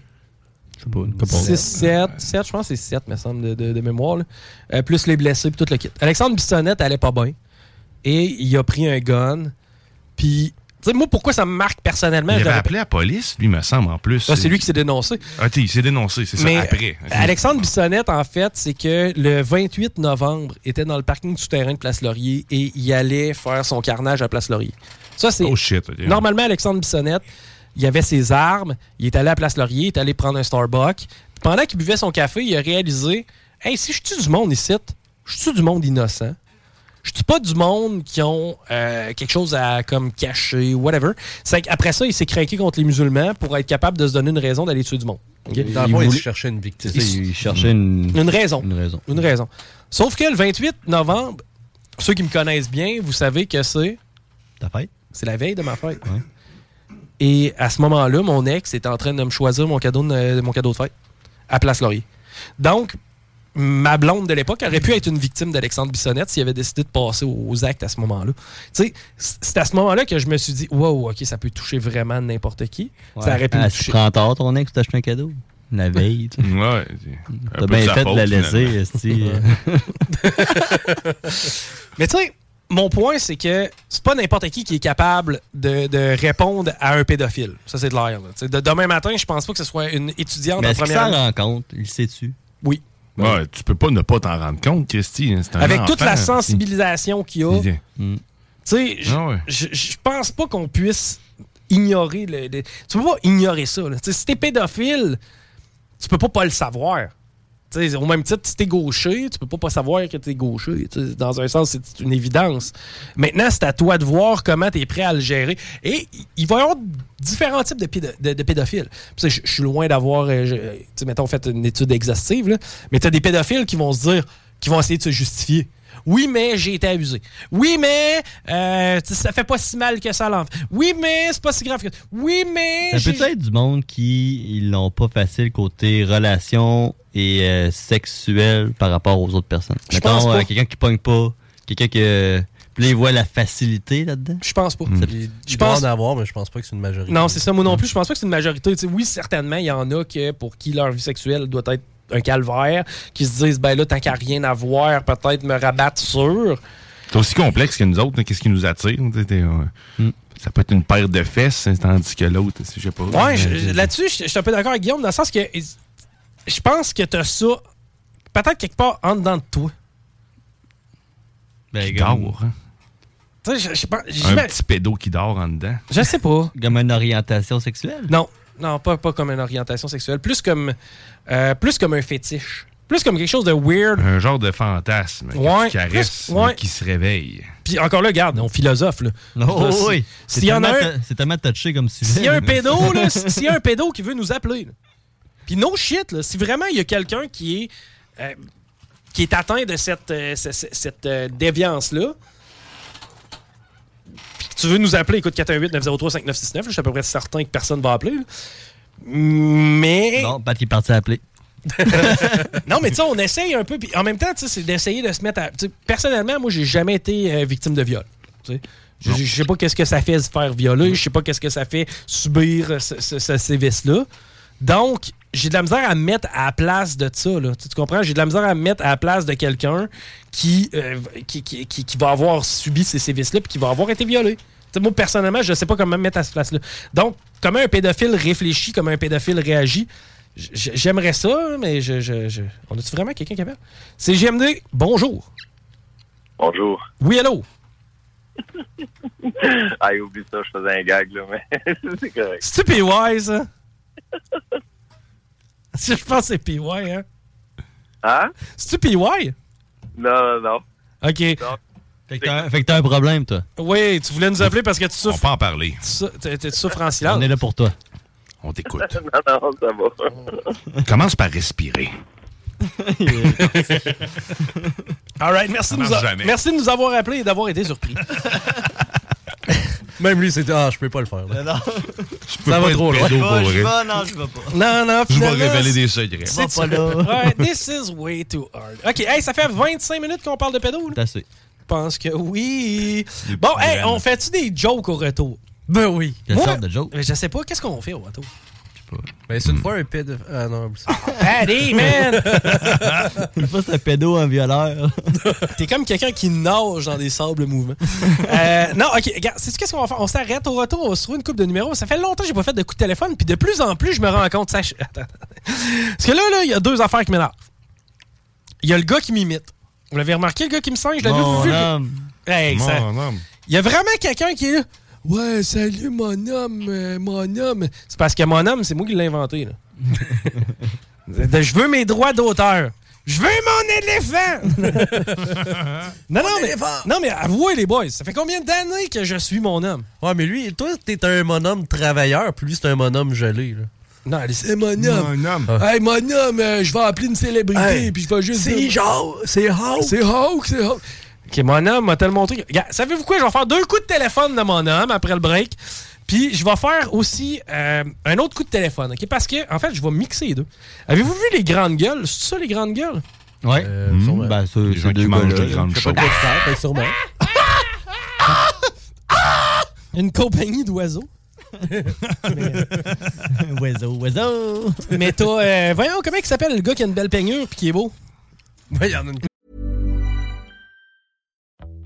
[SPEAKER 5] Je sais pas, une
[SPEAKER 6] 6, 7, 7, je pense que c'est 7, me semble, de, de- de mémoire. là. Euh, plus les blessés, puis tout le kit. Alexandre Bissonnette allait pas bien. Et il a pris un gun. Puis, tu sais, moi, pourquoi ça me marque personnellement?
[SPEAKER 14] Il
[SPEAKER 6] je
[SPEAKER 14] avait
[SPEAKER 6] l'avais-
[SPEAKER 14] appelé la police, lui, me semble, en plus.
[SPEAKER 6] Ah, c'est lui qui s'est dénoncé.
[SPEAKER 14] Ok, il s'est dénoncé, c'est ça,
[SPEAKER 6] Mais euh,
[SPEAKER 14] après. Ok.
[SPEAKER 6] Alexandre Bissonnette, en fait, c'est que le 28 novembre, était dans le parking souterrain de Place Laurier et il allait faire son carnage à Place Laurier. Ça, c'est.
[SPEAKER 14] Oh shit, ok.
[SPEAKER 6] Normalement, Alexandre Bissonnette, il avait ses armes, il est allé à Place Laurier, il est allé prendre un Starbucks. Pendant qu'il buvait son café, il a réalisé Hey, si je tue du monde ici, je tue du monde innocent. Je tue pas du monde qui ont euh, quelque chose à comme cacher, whatever. C'est qu'après ça, il s'est craqué contre les musulmans pour être capable de se donner une raison d'aller tuer du monde. Ok?
[SPEAKER 16] Dans le
[SPEAKER 6] Il
[SPEAKER 16] fond, il
[SPEAKER 6] voulait- Hmm.
[SPEAKER 16] cherchait une victime.
[SPEAKER 5] C'est ça, il cherchait une...
[SPEAKER 6] une raison.
[SPEAKER 5] Une raison.
[SPEAKER 6] Une raison. Sauf que le 28 novembre, ceux qui me connaissent bien, vous savez que c'est.
[SPEAKER 5] Ta fête?
[SPEAKER 6] C'est la veille de ma fête. Et à ce moment-là, euh, mon ex était en train de me choisir mon cadeau de, mon cadeau de fête. à Place Laurier. Donc, ma blonde de l'époque aurait pu être une victime d'Alexandre Bissonnette s'il avait décidé de passer aux, aux actes à ce moment-là. Tu sais, c- c'est à ce moment-là que je me suis dit, wow, OK, ça peut toucher vraiment n'importe qui. Ça aurait pu me
[SPEAKER 5] Ah,
[SPEAKER 6] toucher.
[SPEAKER 5] Tu prends tard ton ex, t'achètes un cadeau. La veille, tu sais.
[SPEAKER 14] Ouais.
[SPEAKER 5] T'as bien fait de la laisser, esti.
[SPEAKER 6] Mais tu sais, mon point, c'est que c'est pas n'importe qui qui est capable de, de répondre à un pédophile. Ça, c'est de l'air. là. Tu sais, De, demain matin, je pense pas que ce soit une étudiante
[SPEAKER 5] Mais
[SPEAKER 6] en
[SPEAKER 5] est-ce qu'il
[SPEAKER 6] première
[SPEAKER 5] s'en
[SPEAKER 6] année.
[SPEAKER 5] rend compte? Il le sait-tu?
[SPEAKER 6] Oui.
[SPEAKER 14] Ouais, tu peux pas ne pas t'en rendre compte, Christy. hein, c'est un
[SPEAKER 6] Avec toute
[SPEAKER 14] enfant,
[SPEAKER 6] la
[SPEAKER 14] esti.
[SPEAKER 6] sensibilisation qu'il y a, tu
[SPEAKER 14] Idée.
[SPEAKER 5] Mm.
[SPEAKER 6] sais, je
[SPEAKER 14] Ah ouais.
[SPEAKER 6] je- je pense pas qu'on puisse ignorer. Le, le- tu peux pas ignorer ça. là. Tu sais, Si t'es pédophile, tu peux pas pas le savoir. Tu sais, au même titre, si t'es gaucher, tu peux pas pas savoir que t'es gaucher. Tu sais, Dans un sens, c'est une évidence. Maintenant, c'est à toi de voir comment t'es prêt à le gérer. Et il va y avoir différents types de, pédo- de- de pédophiles. Puis ça, Je je suis loin d'avoir, euh, je- euh, tu sais, mettons, fait une étude exhaustive, là, mais t'as des pédophiles qui vont se dire, qui vont essayer de se justifier. Oui, mais j'ai été abusé. Oui, mais euh, tu sais, ça fait pas si mal que ça l'enfant. Oui, mais c'est pas si grave que. Oui, mais.
[SPEAKER 5] Ça
[SPEAKER 6] j'ai-
[SPEAKER 5] peut être du monde qui ils l'ont pas facile côté relations et euh, sexuelles par rapport aux autres personnes. euh,
[SPEAKER 6] Je pense pas.
[SPEAKER 5] quelqu'un qui pogne pas, quelqu'un que puis là, il voit la facilité là-dedans.
[SPEAKER 6] Je pense pas.
[SPEAKER 5] Je
[SPEAKER 16] Je pense
[SPEAKER 5] pense
[SPEAKER 16] en avoir, mais je pense pas que c'est une majorité.
[SPEAKER 6] Non, c'est ça, moi non plus. Je pense pas que c'est une majorité. Tu sais, oui, certainement, il y en a que pour qui leur vie sexuelle doit être un calvaire, qui se disent, ben là, tant qu'à rien à voir, peut-être me rabattre sur.
[SPEAKER 14] C'est aussi complexe que nous autres. hein, Qu'est-ce qui nous attire? t'sais, t'es, euh,
[SPEAKER 5] Mm.
[SPEAKER 14] Ça peut être une paire de fesses, hein, tandis que l'autre, je sais pas. Euh,
[SPEAKER 6] Ouais, je- je- là-dessus, je je suis un peu d'accord avec Guillaume, dans le sens que je pense que t'as ça peut-être quelque part en dedans de toi.
[SPEAKER 5] Ben,
[SPEAKER 14] dort, hein.
[SPEAKER 6] Tu sais, je- je pense-
[SPEAKER 14] Un
[SPEAKER 6] j'imagine-
[SPEAKER 14] petit pédo qui dort en dedans.
[SPEAKER 6] Je sais pas.
[SPEAKER 5] Comme une orientation sexuelle.
[SPEAKER 6] Non, non, pas, pas comme une orientation sexuelle. Plus comme, euh, plus comme un fétiche. Plus comme quelque chose de weird.
[SPEAKER 14] Un genre de fantasme que
[SPEAKER 6] Ouais,
[SPEAKER 14] tu caresses,
[SPEAKER 6] plus- ouais.
[SPEAKER 14] mais qui se réveille.
[SPEAKER 6] Puis encore là, regarde, on philosophe. Là.
[SPEAKER 5] Oh,
[SPEAKER 6] Là, si-
[SPEAKER 5] oui. C'est
[SPEAKER 6] S'il y en a
[SPEAKER 5] tellement
[SPEAKER 6] un,
[SPEAKER 5] ta- C'est tellement touché comme sujet.
[SPEAKER 6] S'il y a
[SPEAKER 5] là.
[SPEAKER 6] un pédo, là, s- s'il y a un pédo qui veut nous appeler. là. Puis no shit, là, si vraiment il y a quelqu'un qui est euh, qui est atteint de cette, euh, ce- ce- cette, euh, déviance-là, puis que tu veux nous appeler, écoute 418-903-5969, là, je suis à peu près certain que personne va appeler. là. Mais...
[SPEAKER 5] Non, Pat qui est parti appeler.
[SPEAKER 6] non, mais tu sais, on essaye un peu. Puis en même temps, tu sais, c'est d'essayer de se mettre à. tu sais, Personnellement, moi, j'ai jamais été euh, victime de viol. tu sais. Je je sais pas qu'est-ce que ça fait se faire violer. Je sais pas qu'est-ce que ça fait subir euh, ce, ce- ce- ces vices-là. Donc, j'ai de la misère à me mettre à la place de ça. Là. Tu tu comprends? J'ai de la misère à me mettre à la place de quelqu'un qui, euh, qui, qui, qui- qui va avoir subi ces, ces vices-là puis qui va avoir été violé. Tu sais, moi, personnellement, je sais pas comment me mettre à cette place-là. Donc, comment un pédophile réfléchit, comment un pédophile réagit, j- j- j'aimerais ça, mais je, je- je- on a-tu vraiment quelqu'un qui appelle? C'est GMD, bonjour.
[SPEAKER 17] Bonjour.
[SPEAKER 6] Oui, allô?
[SPEAKER 17] Aïe, oublie ça, je faisais un gag, là, mais c'est correct.
[SPEAKER 6] C'est-tu PY, ça? je pense que c'est PY, hein?
[SPEAKER 17] Hein?
[SPEAKER 6] C'est-tu PY?
[SPEAKER 17] Non, non, non.
[SPEAKER 6] OK.
[SPEAKER 5] Fait que t'as- fait que t'as un problème, toi.
[SPEAKER 6] Oui, tu voulais nous appeler parce que tu souffres. On peut
[SPEAKER 14] en parler.
[SPEAKER 6] Tu, sou- tu- tu souffres en silence.
[SPEAKER 5] On est là pour toi.
[SPEAKER 14] On t'écoute.
[SPEAKER 17] non, non, ça va.
[SPEAKER 14] Commence par respirer.
[SPEAKER 6] All right, merci,
[SPEAKER 14] Ça
[SPEAKER 6] de nous
[SPEAKER 14] marche
[SPEAKER 6] a-
[SPEAKER 14] jamais.
[SPEAKER 6] merci de nous avoir appelés et d'avoir été surpris.
[SPEAKER 16] Même lui, c'était Ah, je peux pas le faire. là.
[SPEAKER 14] peux
[SPEAKER 16] ça
[SPEAKER 14] pas
[SPEAKER 16] va
[SPEAKER 14] être
[SPEAKER 16] trop loin.
[SPEAKER 14] pédo pour vrai.
[SPEAKER 5] non, je vais pas.
[SPEAKER 6] Non, non,
[SPEAKER 14] Je vais
[SPEAKER 6] finalement, c'est-
[SPEAKER 14] révéler des secrets.
[SPEAKER 6] c'est-
[SPEAKER 14] Va pas là.
[SPEAKER 6] Ouais, this is way too hard. OK, hey, ça fait 25 minutes qu'on parle de pédo, là?
[SPEAKER 5] T'as assez.
[SPEAKER 6] Je pense que oui. Bon, hey, on fait-tu des jokes au retour? Ben oui.
[SPEAKER 5] Quelle
[SPEAKER 6] Moi,
[SPEAKER 5] sorte de joke?
[SPEAKER 6] Je sais pas, qu'est-ce qu'on fait au retour?
[SPEAKER 16] Mais c'est une fois un pédo. Ah non, oublie ça.
[SPEAKER 6] Allez, man!
[SPEAKER 5] Une fois, c'est un pédo, un violeur.
[SPEAKER 6] T'es comme quelqu'un qui nage dans des sables mouvants. Euh, non, ok, regarde, sais-tu qu'est-ce qu'on va faire? On s'arrête au retour, on va se trouver une coupe de numéros. Ça fait longtemps que j'ai pas fait de coup de téléphone, puis de plus en plus, je me rends compte. Ça, je- Attends. Parce que là, là, il y a deux affaires qui m'énervent. Il y a le gars qui m'imite. Vous l'avez remarqué, le gars qui me singe? Je l'avais
[SPEAKER 5] Mon
[SPEAKER 6] vu. le-
[SPEAKER 5] homme.
[SPEAKER 6] Hey, ça-
[SPEAKER 14] Mon homme.
[SPEAKER 6] Il y a vraiment quelqu'un qui est là. Ouais, salut mon homme, euh, mon homme. C'est parce que mon homme, c'est moi qui l'ai inventé. Là. De- Je veux mes droits d'auteur. Je veux mon éléphant! non, non, mais, non, mais avouez les boys, ça fait combien d'années que je suis mon homme?
[SPEAKER 16] Ouais, mais lui, toi, t'es un monhomme travailleur, puis lui, c'est un monhomme gelé. Là.
[SPEAKER 6] Non, allez, c'est mon homme.
[SPEAKER 14] Mon homme.
[SPEAKER 6] Hey, mon homme, euh, je vais appeler une célébrité,
[SPEAKER 16] Hey,
[SPEAKER 6] puis je vais juste.
[SPEAKER 16] c'est Hawk, c'est Hawk.
[SPEAKER 6] C'est Hawk, c'est Hawk. Ok, mon homme m'a tellement montré. que- Regarde, savez-vous quoi? Je vais faire deux coups de téléphone de mon homme après le break. Puis je vais faire aussi euh, un autre coup de téléphone, OK? Parce que, en fait, je vais mixer les deux. Avez-vous vu les grandes gueules? C'est ça, les grandes gueules?
[SPEAKER 5] Ouais. Mmh, ben, ce- ces deux gars-là, je sais pas quoi.
[SPEAKER 6] sûrement. Une compagnie d'oiseaux.
[SPEAKER 18] oiseau, oiseau.
[SPEAKER 6] Mais t'as. euh, voyons, comment il s'appelle le gars qui a une belle peignure puis qui est beau? Ouais, il y en a une.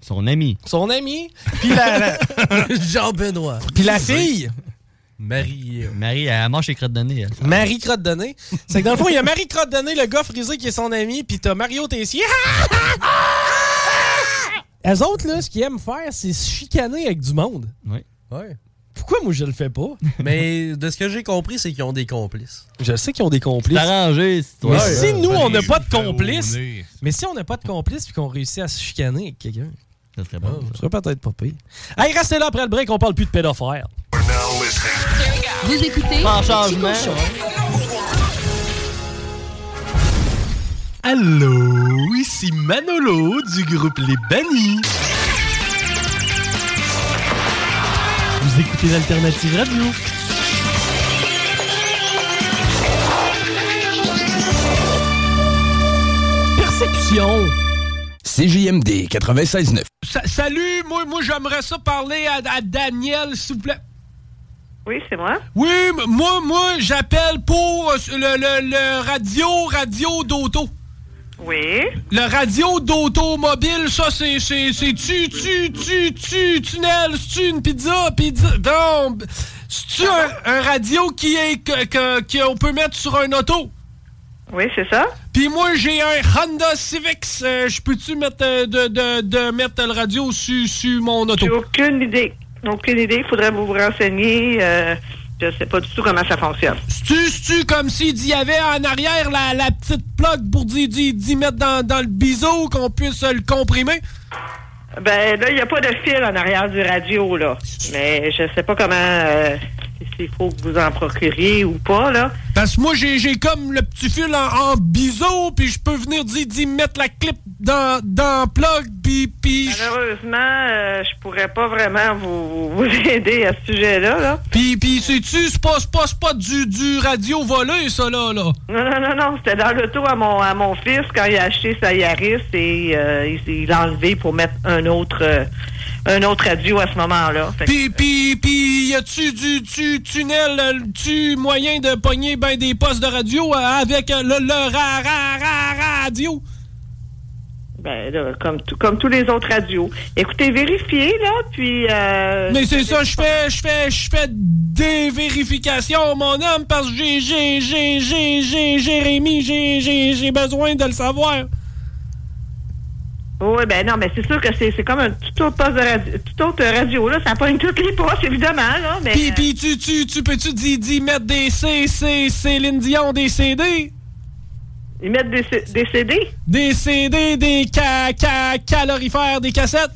[SPEAKER 5] Son ami.
[SPEAKER 6] Son ami. Puis la, la-
[SPEAKER 16] Jean-Benoît.
[SPEAKER 6] puis la fille,
[SPEAKER 16] Marie.
[SPEAKER 6] euh,
[SPEAKER 5] Marie, elle mange ses crottes de nez. hein. elle.
[SPEAKER 6] Marie Crotte Donné. C'est que dans le fond, il y a Marie Crotte Donné, le gars frisé qui est son ami, puis t'as Mario Tessier. Elles autres, là, ce qu'ils aiment faire, c'est se chicaner avec du monde.
[SPEAKER 5] Oui.
[SPEAKER 16] Ouais.
[SPEAKER 6] Pourquoi moi je le fais pas?
[SPEAKER 16] Mais de ce que j'ai compris, c'est qu'ils ont des complices.
[SPEAKER 6] Je sais qu'ils ont des complices.
[SPEAKER 5] arrangé, c'est
[SPEAKER 6] Mais si nous, on n'a pas de complice, mais si on n'a pas de complice puis qu'on réussit à se chicaner avec quelqu'un,
[SPEAKER 5] ça serait bon.
[SPEAKER 6] ça serait peut-être pas pire. Hey, restez là après le break, on parle plus de pédophiles.
[SPEAKER 19] Vous écoutez
[SPEAKER 6] Pas en
[SPEAKER 19] le
[SPEAKER 6] changement.
[SPEAKER 19] Chico Show.
[SPEAKER 20] Allô, ici Manolo du groupe Les Bannis. Vous écoutez l'Alternative Radio.
[SPEAKER 6] Perception.
[SPEAKER 7] CJMD 96.9.
[SPEAKER 4] Sa- salut, moi, moi j'aimerais ça parler à, à Daniel, s'il vous plaît.
[SPEAKER 21] Oui, c'est moi.
[SPEAKER 4] Oui, m- moi, moi, j'appelle pour euh, le, le- le radio, radio d'auto.
[SPEAKER 21] Oui.
[SPEAKER 4] Le radio d'automobile, ça, c'est, c'est, c'est tu, tu, tu, tu, tunnel, c'est une pizza, pizza, donc, c'est-tu un, un radio qui est, que, que- qu'on peut mettre sur un auto?
[SPEAKER 21] Oui, c'est ça.
[SPEAKER 4] Puis moi, j'ai un Honda Civic, euh, je peux-tu mettre, euh, de, de, de mettre le radio sur, sur mon auto?
[SPEAKER 21] J'ai aucune idée. Aucune idée. Il faudrait vous renseigner. euh, je ne sais pas du tout comment ça fonctionne.
[SPEAKER 4] Tu, tu comme s'il y avait en arrière la, la petite plaque pour d'y, d'y- d'y mettre dans, dans le biseau, qu'on puisse euh, le comprimer?
[SPEAKER 21] Ben là, il n'y a pas de fil en arrière du radio, là. Mais je ne sais pas comment. euh, S'il faut que vous en procuriez ou pas, là.
[SPEAKER 4] Parce que moi, j'ai, j'ai comme le petit fil en, en biseau, puis je peux venir d'y, d'y mettre la clip dans, dans le plug, puis... puis
[SPEAKER 21] Malheureusement, euh, je pourrais pas vraiment vous, vous aider à ce sujet-là, là.
[SPEAKER 4] Puis, puis c'est-tu, c'est pas, c'est pas, c'est pas du, du radio volé, ça, là, là?
[SPEAKER 21] Non, non, non, non. C'était dans l'auto à mon, à mon fils quand il a acheté sa Yaris et euh, il- il l'a enlevé pour mettre un autre, euh, un autre radio à ce moment-là. Fait que-
[SPEAKER 4] Puis, puis, puis, y a-tu du, du tunnel, euh, tu moyen de pogner ben des postes de radio euh, avec euh, le, le ra, ra, ra- radio?
[SPEAKER 21] Ben, là, comme, tout- comme tous les autres radios. Écoutez, vérifiez, là, puis... euh,
[SPEAKER 4] Mais c'est ça, je fais, je fais, je fais des vérifications, mon homme, parce que j'ai, j'ai, j'ai, j'ai, j'ai, Jérémy, j'ai, j'ai, j'ai besoin de le savoir.
[SPEAKER 21] Oui, ben non, mais c'est sûr que c'est c'est comme un tout autre poste de radio, tout autre radio, là. Ça pogne toutes les postes, évidemment, là, mais... euh,
[SPEAKER 4] Puis, puis tu, tu, tu peux-tu d'y, d'y mettre des C, C, Céline Dion, des CD?
[SPEAKER 21] Ils mettent des, CD?
[SPEAKER 4] Des CD, des ca, ca- calorifères, des cassettes?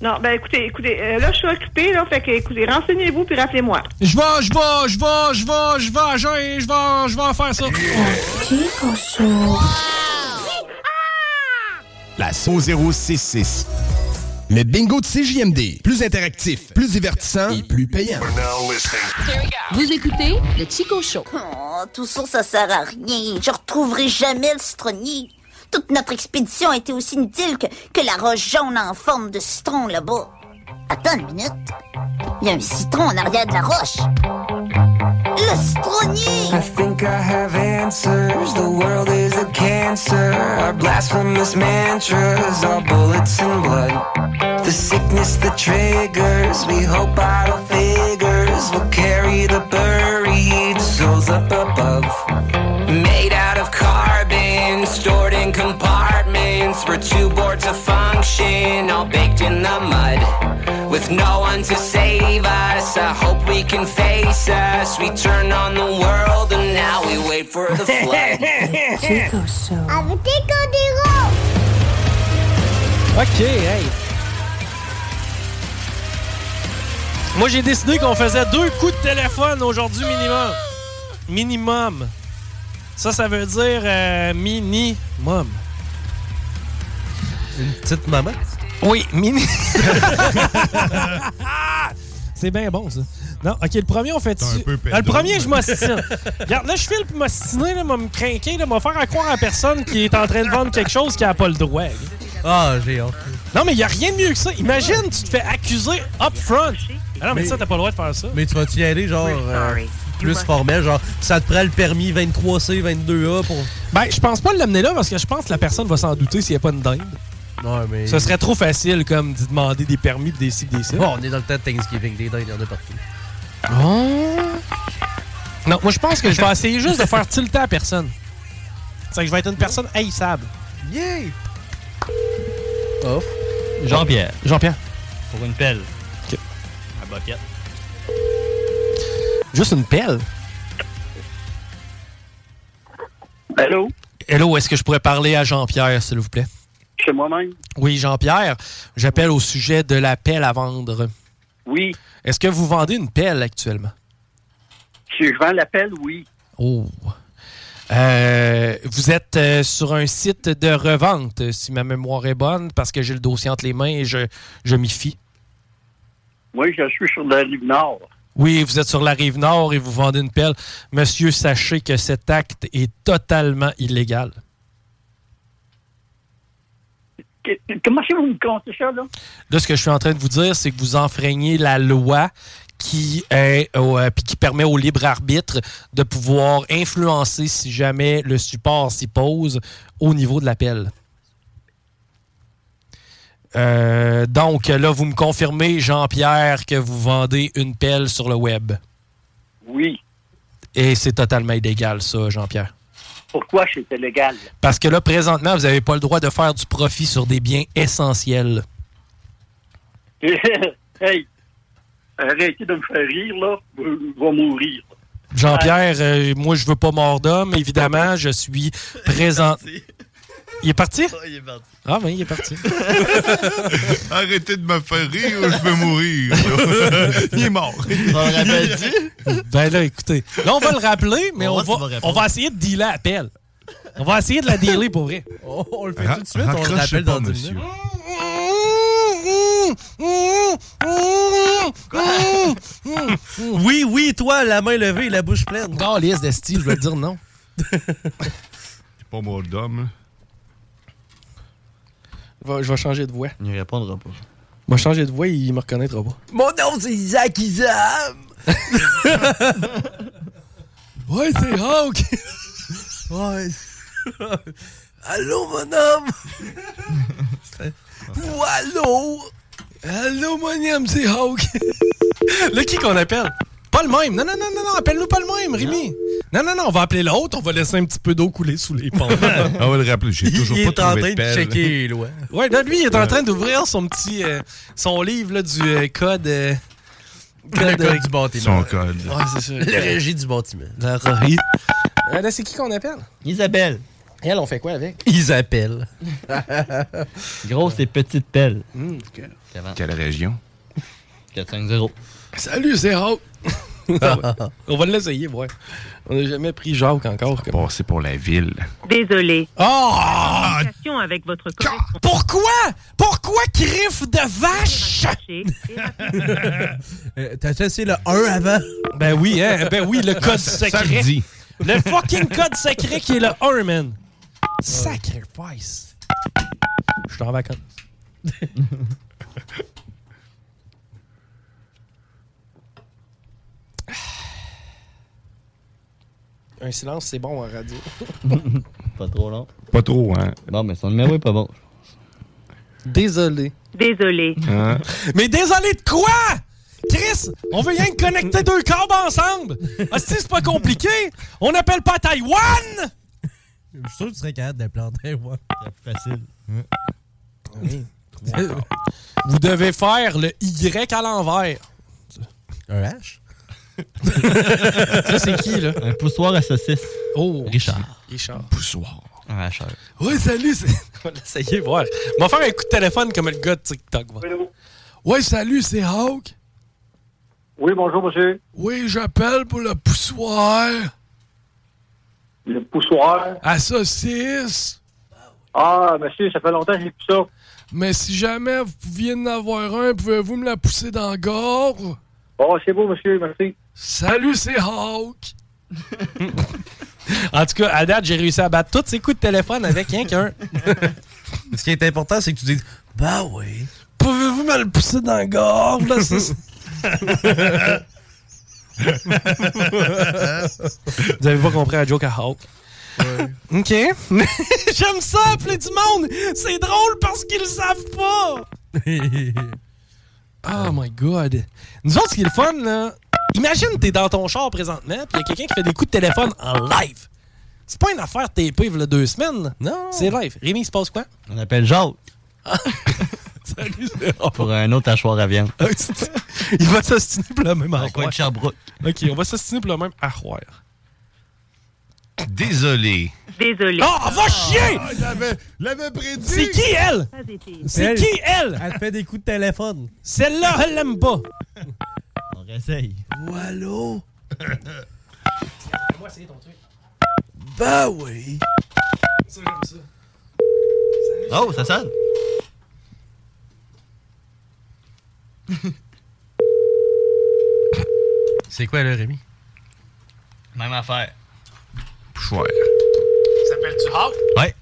[SPEAKER 21] Non, ben écoutez, écoutez, euh, là, je suis occupée, là, fait que, écoutez, renseignez-vous, puis rappelez-moi.
[SPEAKER 4] Je vais, je vais, je vais, je vais, je vais, à jeun, je vais, je vais en faire ça.
[SPEAKER 2] Chico Show.
[SPEAKER 7] La sauce 066. Le bingo de CJMD. Plus interactif, plus divertissant et plus payant.
[SPEAKER 19] Vous écoutez le Chico Show.
[SPEAKER 3] Oh, tout ça, ça sert à rien. Je retrouverai jamais le citronnier. Toute notre expédition était aussi inutile que, que la roche jaune en forme de citron là-bas. Attends une minute. Il y a un citron en arrière de la roche. L'estronie!
[SPEAKER 12] I think I have answers. The world is a cancer. Our blasphemous mantras are bullets in blood. The sickness that triggers. We hope idle figures will carry the buried souls up above. Made out of carbon, stored in compartments. We're too bored to function, all baked in the mud. With no one to save us, I hope we can face us. We turn on the world and now we wait for the flood.
[SPEAKER 2] Chico Show.
[SPEAKER 22] Avec Chico Diro.
[SPEAKER 6] OK, hey. Moi, j'ai décidé qu'on faisait deux coups de téléphone aujourd'hui minimum. Minimum. Ça, ça veut dire euh, minimum.
[SPEAKER 16] Une petite maman?
[SPEAKER 6] Oui, mini. C'est bien bon, ça. Non, OK, le premier, on fait
[SPEAKER 16] T'es un peu pédo.
[SPEAKER 6] Ah, le premier, je m'ostine. Regarde, là, je file pour m'ostiner, là, m'a me craquer, là, m'a faire à croire à personne qui est en train de vendre quelque chose qui a pas le droit.
[SPEAKER 16] Ah, j'ai honte.
[SPEAKER 6] Non, mais il n'y a rien de mieux que ça. Imagine, tu te fais accuser up front. Ah non, mais,
[SPEAKER 16] Mais-
[SPEAKER 6] ça, t'as pas le droit de faire ça.
[SPEAKER 16] Mais tu vas y aller, genre, euh, plus formel, genre, ça te prend le permis 23C, 22A pour.
[SPEAKER 6] Ben, je pense pas l'amener là parce que je pense que la personne va s'en douter s'il n'y a pas une dinde.
[SPEAKER 16] Ouais, mais.
[SPEAKER 6] Ce serait trop facile, comme, de demander des permis pis des cibles, des cibles.
[SPEAKER 16] Bon, on est dans le temps de Thanksgiving, des dindes, il y en a partout. Oh!
[SPEAKER 6] Non, moi, je pense que je vais essayer juste de faire tilter à personne. C'est que je vais être une personne haïssable.
[SPEAKER 16] Yay!
[SPEAKER 6] Off.
[SPEAKER 5] Jean-Pierre.
[SPEAKER 6] Jean-Pierre.
[SPEAKER 5] Pour une pelle. Un bucket.
[SPEAKER 6] Juste une pelle.
[SPEAKER 23] Allô?
[SPEAKER 6] Hello, est-ce que je pourrais parler à Jean-Pierre, s'il vous plaît?
[SPEAKER 23] C'est moi-même?
[SPEAKER 6] Oui, Jean-Pierre, j'appelle au sujet de la pelle à vendre.
[SPEAKER 23] Oui.
[SPEAKER 6] Est-ce que vous vendez une pelle actuellement?
[SPEAKER 23] Si je vends l'appel, oui.
[SPEAKER 6] Oh. Euh, vous êtes euh, sur un site de revente, euh, si ma mémoire est bonne, parce que j'ai le dossier entre les mains et je, je m'y fie.
[SPEAKER 23] Moi, je suis sur la rive nord.
[SPEAKER 6] Oui, vous êtes sur la rive nord et vous vendez une pelle. Monsieur, sachez que cet acte est totalement illégal.
[SPEAKER 23] Qu- Comment ça vous me comptez ça, là?
[SPEAKER 6] Là, ce que je suis en train de vous dire, c'est que vous enfreignez la loi qui, est, au- euh, puis qui permet au libre arbitre de pouvoir influencer si jamais le support s'y pose au niveau de l'appel. Euh, donc là, vous me confirmez, Jean-Pierre, que vous vendez une pelle sur le web.
[SPEAKER 23] Oui.
[SPEAKER 6] Et c'est totalement illégal, ça, Jean-Pierre.
[SPEAKER 23] Pourquoi c'était légal?
[SPEAKER 6] Parce que là, présentement, vous n'avez pas le droit de faire du profit sur des biens essentiels.
[SPEAKER 23] hey! Arrêtez de me faire rire, là. Je vais mourir.
[SPEAKER 6] Jean-Pierre, euh, moi, je veux pas mort d'homme, évidemment. Je suis présent. Il est parti?
[SPEAKER 5] il est parti.
[SPEAKER 6] Ah, ben, il est parti.
[SPEAKER 14] Arrêtez de me faire rire ou je vais mourir. Il est mort.
[SPEAKER 6] ben là, écoutez. Là, on va le rappeler, mais
[SPEAKER 14] On
[SPEAKER 6] on,
[SPEAKER 14] va- tu vas
[SPEAKER 6] va,
[SPEAKER 14] répondre.
[SPEAKER 6] on va essayer de dealer à appel. On va essayer de la dealer pour vrai.
[SPEAKER 16] Oh, On, le
[SPEAKER 6] fait tout de
[SPEAKER 16] suite, on le raccrochez rappelle pas, dans dix monsieur. Oui, oui, toi, la main levée et la bouche pleine.
[SPEAKER 6] Oh, l'IS d'Esti, je vais te dire non.
[SPEAKER 14] Pas mort d'homme.
[SPEAKER 6] Je vais, je vais changer de voix.
[SPEAKER 5] Il répondra pas.
[SPEAKER 6] Je vais changer de voix, il me reconnaîtra pas.
[SPEAKER 16] Mon nom, c'est Isaac Isam. ouais, c'est Hawk. ouais. Allô, mon homme. Ou allô.
[SPEAKER 6] Allô, mon homme, c'est Hawk. là, qui qu'on appelle? Pas le même. Non, non, non, non, non, appelle-nous pas le même, Rémi. Non, non, non, on va appeler l'autre, on va laisser un petit peu d'eau couler sous les ponts.
[SPEAKER 14] On va Ah le rappeler. J'ai toujours
[SPEAKER 6] il
[SPEAKER 14] pas
[SPEAKER 6] est
[SPEAKER 14] trouvé
[SPEAKER 6] en train de
[SPEAKER 14] pelle.
[SPEAKER 6] checker, Ouais, là, lui, il est en train d'ouvrir son petit. euh, son livre là, du euh, code. euh,
[SPEAKER 16] Le code du bâtiment.
[SPEAKER 14] Son code.
[SPEAKER 6] Ouais, c'est ça.
[SPEAKER 16] Le régie du bâtiment.
[SPEAKER 6] La régie. Euh, là, c'est qui qu'on appelle?
[SPEAKER 5] Isabelle.
[SPEAKER 6] Elle, on fait quoi avec?
[SPEAKER 16] Ils appellent.
[SPEAKER 5] Grosse et petite pelle.
[SPEAKER 6] Hmm,
[SPEAKER 14] Quelle région?
[SPEAKER 5] 450.
[SPEAKER 6] Salut, c'est Hawk. on va l'essayer, ouais. On n'a jamais pris Jacques encore.
[SPEAKER 14] Passer pour la ville.
[SPEAKER 24] Désolé.
[SPEAKER 6] Oh!
[SPEAKER 24] avec votre correspondant.
[SPEAKER 6] Pourquoi? Pourquoi griffe de vache?
[SPEAKER 16] Euh, T'as essayé le 1 avant?
[SPEAKER 6] Ben oui, hein? Ben oui, le code secret.
[SPEAKER 16] Samedi.
[SPEAKER 6] Le fucking code secret qui est le 1, man. Sacrifice. Je suis en vacances. Un silence, c'est bon en radio.
[SPEAKER 5] Pas trop long.
[SPEAKER 14] Pas trop, hein?
[SPEAKER 5] Non, mais son numéro est pas bon.
[SPEAKER 6] Désolé.
[SPEAKER 24] Désolé.
[SPEAKER 14] Hein?
[SPEAKER 6] Mais désolé de quoi? Chris, on veut rien que connecter deux câbles ensemble. Hostie, c'est pas compliqué. On n'appelle pas Taïwan.
[SPEAKER 16] Je suis sûr que tu serais capable d'implanter, moi.
[SPEAKER 5] C'est facile.
[SPEAKER 16] Ah
[SPEAKER 6] Vous devez faire le Y à l'envers.
[SPEAKER 16] Un H?
[SPEAKER 6] Ça, c'est qui, là?
[SPEAKER 5] Un poussoir à saucisse.
[SPEAKER 6] Oh!
[SPEAKER 5] Richard.
[SPEAKER 6] Richard.
[SPEAKER 14] Poussoir.
[SPEAKER 5] Un hacheur.
[SPEAKER 6] Ouais, salut. c'est- On va l'essayer, voir. On va faire un coup de téléphone comme le gars de TikTok. va. Ouais, salut, c'est Hawk.
[SPEAKER 23] Oui, bonjour, monsieur.
[SPEAKER 6] Oui, j'appelle pour le poussoir.
[SPEAKER 23] Le poussoir.
[SPEAKER 6] À saucisse.
[SPEAKER 23] Ah, monsieur, ça fait longtemps que j'ai plus ça.
[SPEAKER 6] Mais si jamais vous pouviez en avoir un, pouvez-vous me la pousser dans le gorge?
[SPEAKER 23] Oh, c'est beau, monsieur, merci.
[SPEAKER 6] Salut, c'est Hawk. en tout cas, à date, j'ai réussi à battre tous ces coups de téléphone avec rien qu'un.
[SPEAKER 16] Ce qui est important, c'est que tu dis Bah oui.
[SPEAKER 6] Pouvez-vous me le pousser dans la gorge, là, c'est- Vous avez pas compris la joke à Hulk. OK. J'aime ça, appeler du monde. C'est drôle parce qu'ils le savent pas. Oh my God. Nous autres, ce qui est le fun, là, imagine t'es dans ton char présentement, puis il y a quelqu'un qui fait des coups de téléphone en live. C'est pas une affaire TP, il deux semaines. Non. C'est live. Rémi, il se passe quoi?
[SPEAKER 5] On appelle Jacques
[SPEAKER 6] Salut,
[SPEAKER 5] pour un autre hachoir à viande.
[SPEAKER 6] Il va s'astiner pour le même arroir.
[SPEAKER 5] de Sherbrooke.
[SPEAKER 6] OK, on va s'astiner pour le même arroir.
[SPEAKER 14] Désolé.
[SPEAKER 24] Désolé.
[SPEAKER 6] Oh, va chier!
[SPEAKER 7] Ah, j'avais, l'avais prédit!
[SPEAKER 6] C'est qui, elle?
[SPEAKER 24] Pas été.
[SPEAKER 6] C'est qui, elle?
[SPEAKER 16] Elle te fait des coups de téléphone.
[SPEAKER 6] Celle-là, elle l'aime pas.
[SPEAKER 5] On réessaye.
[SPEAKER 6] Wallo. Moi, c'est ton truc.
[SPEAKER 16] Bah oui.
[SPEAKER 6] Ça, j'aime ça.
[SPEAKER 5] Oh, ça sonne.
[SPEAKER 16] C'est quoi, là, Rémi?
[SPEAKER 5] Même affaire.
[SPEAKER 14] Poussoir.
[SPEAKER 6] S'appelles-tu Hawk?
[SPEAKER 5] Ouais.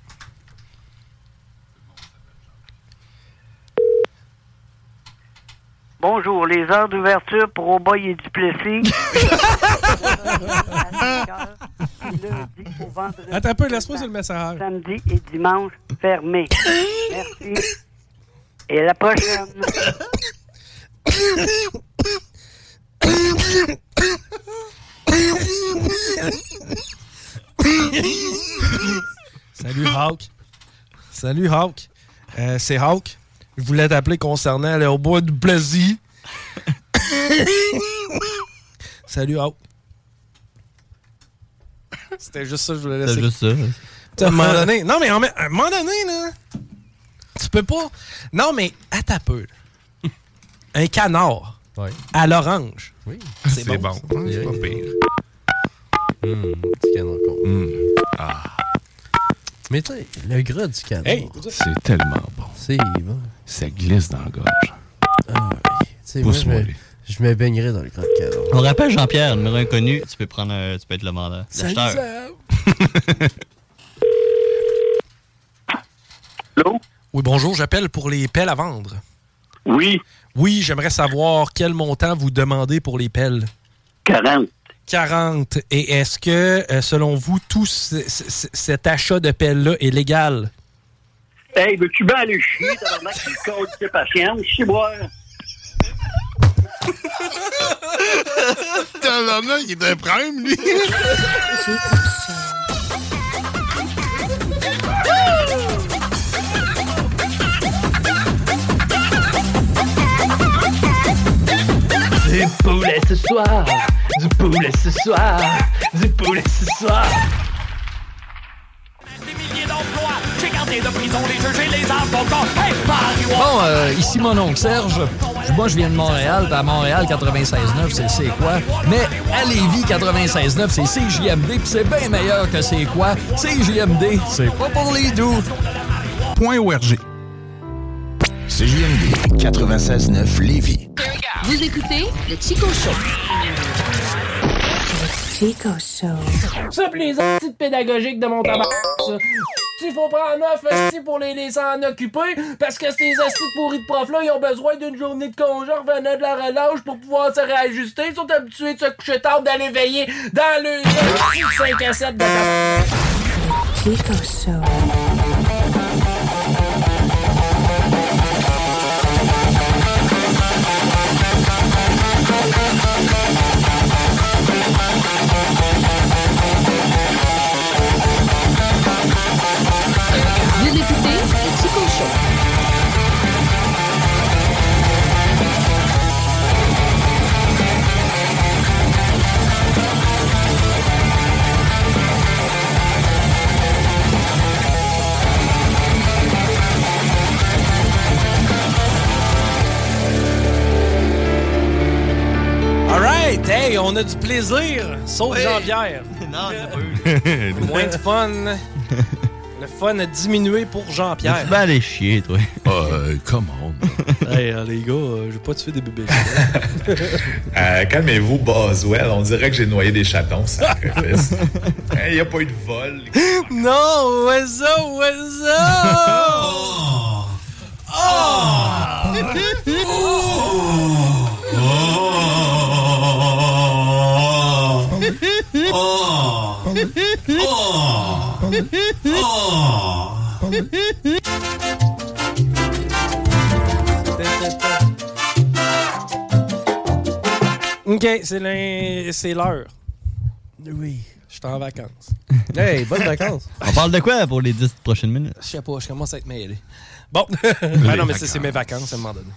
[SPEAKER 21] Bonjour, les heures d'ouverture pour Auboy et Duplessis. Lundi au vendredi.
[SPEAKER 6] Attends un peu, laisse-moi sur le message.
[SPEAKER 21] Samedi et dimanche fermés. Merci. Et à la prochaine.
[SPEAKER 6] Salut, Hawk. Salut, Hawk. Euh, c'est Hawk. Je voulais t'appeler concernant le bois du plaisir. Salut, Hawk. C'était juste ça que je voulais laisser.
[SPEAKER 5] C'est juste ça.
[SPEAKER 6] Tu sais, à un moment donné. Non, mais en même- à un moment donné, là. Tu peux pas. Non, mais à ta peu. là. Un canard
[SPEAKER 16] Ouais.
[SPEAKER 6] à l'orange.
[SPEAKER 16] Oui.
[SPEAKER 6] Ah, C'est
[SPEAKER 14] C'est
[SPEAKER 6] bon.
[SPEAKER 14] bon. C'est pas pire.
[SPEAKER 16] Hum, petit canon con.
[SPEAKER 14] Mm.
[SPEAKER 6] Hmm.
[SPEAKER 14] Ah,
[SPEAKER 16] Mais tu sais, le gras du canon.
[SPEAKER 6] Hey,
[SPEAKER 14] c'est tellement bon.
[SPEAKER 16] C'est bon.
[SPEAKER 14] Ça glisse dans la gorge.
[SPEAKER 16] Ah oui. Tu sais, moi, je
[SPEAKER 14] Pousse-moi,
[SPEAKER 16] me-
[SPEAKER 14] lui.
[SPEAKER 16] je me baignerais dans le gras de canon.
[SPEAKER 5] On rappelle Jean-Pierre, numéro inconnu, tu peux prendre un- tu peux être le mandat. L'acheteur.
[SPEAKER 6] Oui, bonjour, j'appelle pour les pelles à vendre.
[SPEAKER 23] Oui,
[SPEAKER 6] Oui, j'aimerais savoir quel montant vous demandez pour les pelles.
[SPEAKER 23] 40.
[SPEAKER 6] 40. Et est-ce que, euh, selon vous, tout ce- ce- ce- cet achat de pelles-là est légal?
[SPEAKER 23] Hey, veux-tu bien aller chier, tabarnak, tu le code, c'est patience, chez moi.
[SPEAKER 7] T'as un homme qui est un problème, lui!
[SPEAKER 8] Du poulet ce soir, du poulet ce soir, du poulet ce soir.
[SPEAKER 9] Bon, euh, ici mon oncle Serge. Moi, je viens de Montréal. puis À Montréal, 96.9, c'est c'est quoi? Mais à Lévis, 96.9, c'est CJMD. Puis c'est bien meilleur que c'est quoi? CJMD, c'est pas pour les doux.
[SPEAKER 7] Point ORG. CJMD 96.9 Lévis.
[SPEAKER 19] Vous écoutez le Chico Show.
[SPEAKER 2] Chico Show.
[SPEAKER 9] Ça, les petites pédagogiques de mon tabac.
[SPEAKER 25] S'il faut prendre neuf aussi pour les laisser en occuper, parce que ces astuces pourris de profs-là, ils ont besoin d'une journée de congé en revenant de la relâche pour pouvoir se réajuster. Ils sont habitués de se coucher tard, d'aller veiller dans le 5 à 7 de
[SPEAKER 2] Chico Show.
[SPEAKER 19] Vous écoutez le Chico Show.
[SPEAKER 6] Alright, hey, on a du plaisir, sauf
[SPEAKER 4] Oui.
[SPEAKER 6] Jean-Pierre.
[SPEAKER 5] Non, il n'y en a pas
[SPEAKER 6] Moins de fun. Le fun a diminué pour Jean-Pierre.
[SPEAKER 5] Tu vas aller chier, toi.
[SPEAKER 14] Euh, come on.
[SPEAKER 6] hey, euh, les gars, euh, je vais pas tuer des bébés.
[SPEAKER 26] Euh, Calmez-vous, Boswell. On dirait que j'ai noyé des chatons, sacrifice. Il n'y a pas eu de vol.
[SPEAKER 6] non, what's up, what's up? OK, c'est l'in- c'est l'heure. Oui. Je suis en vacances. Hey, bonnes vacances.
[SPEAKER 5] On parle de quoi pour les 10 prochaines minutes?
[SPEAKER 6] Je sais pas, je commence à être mêlé. Bon. Ah non, mais ça, c'est mes vacances à un moment donné.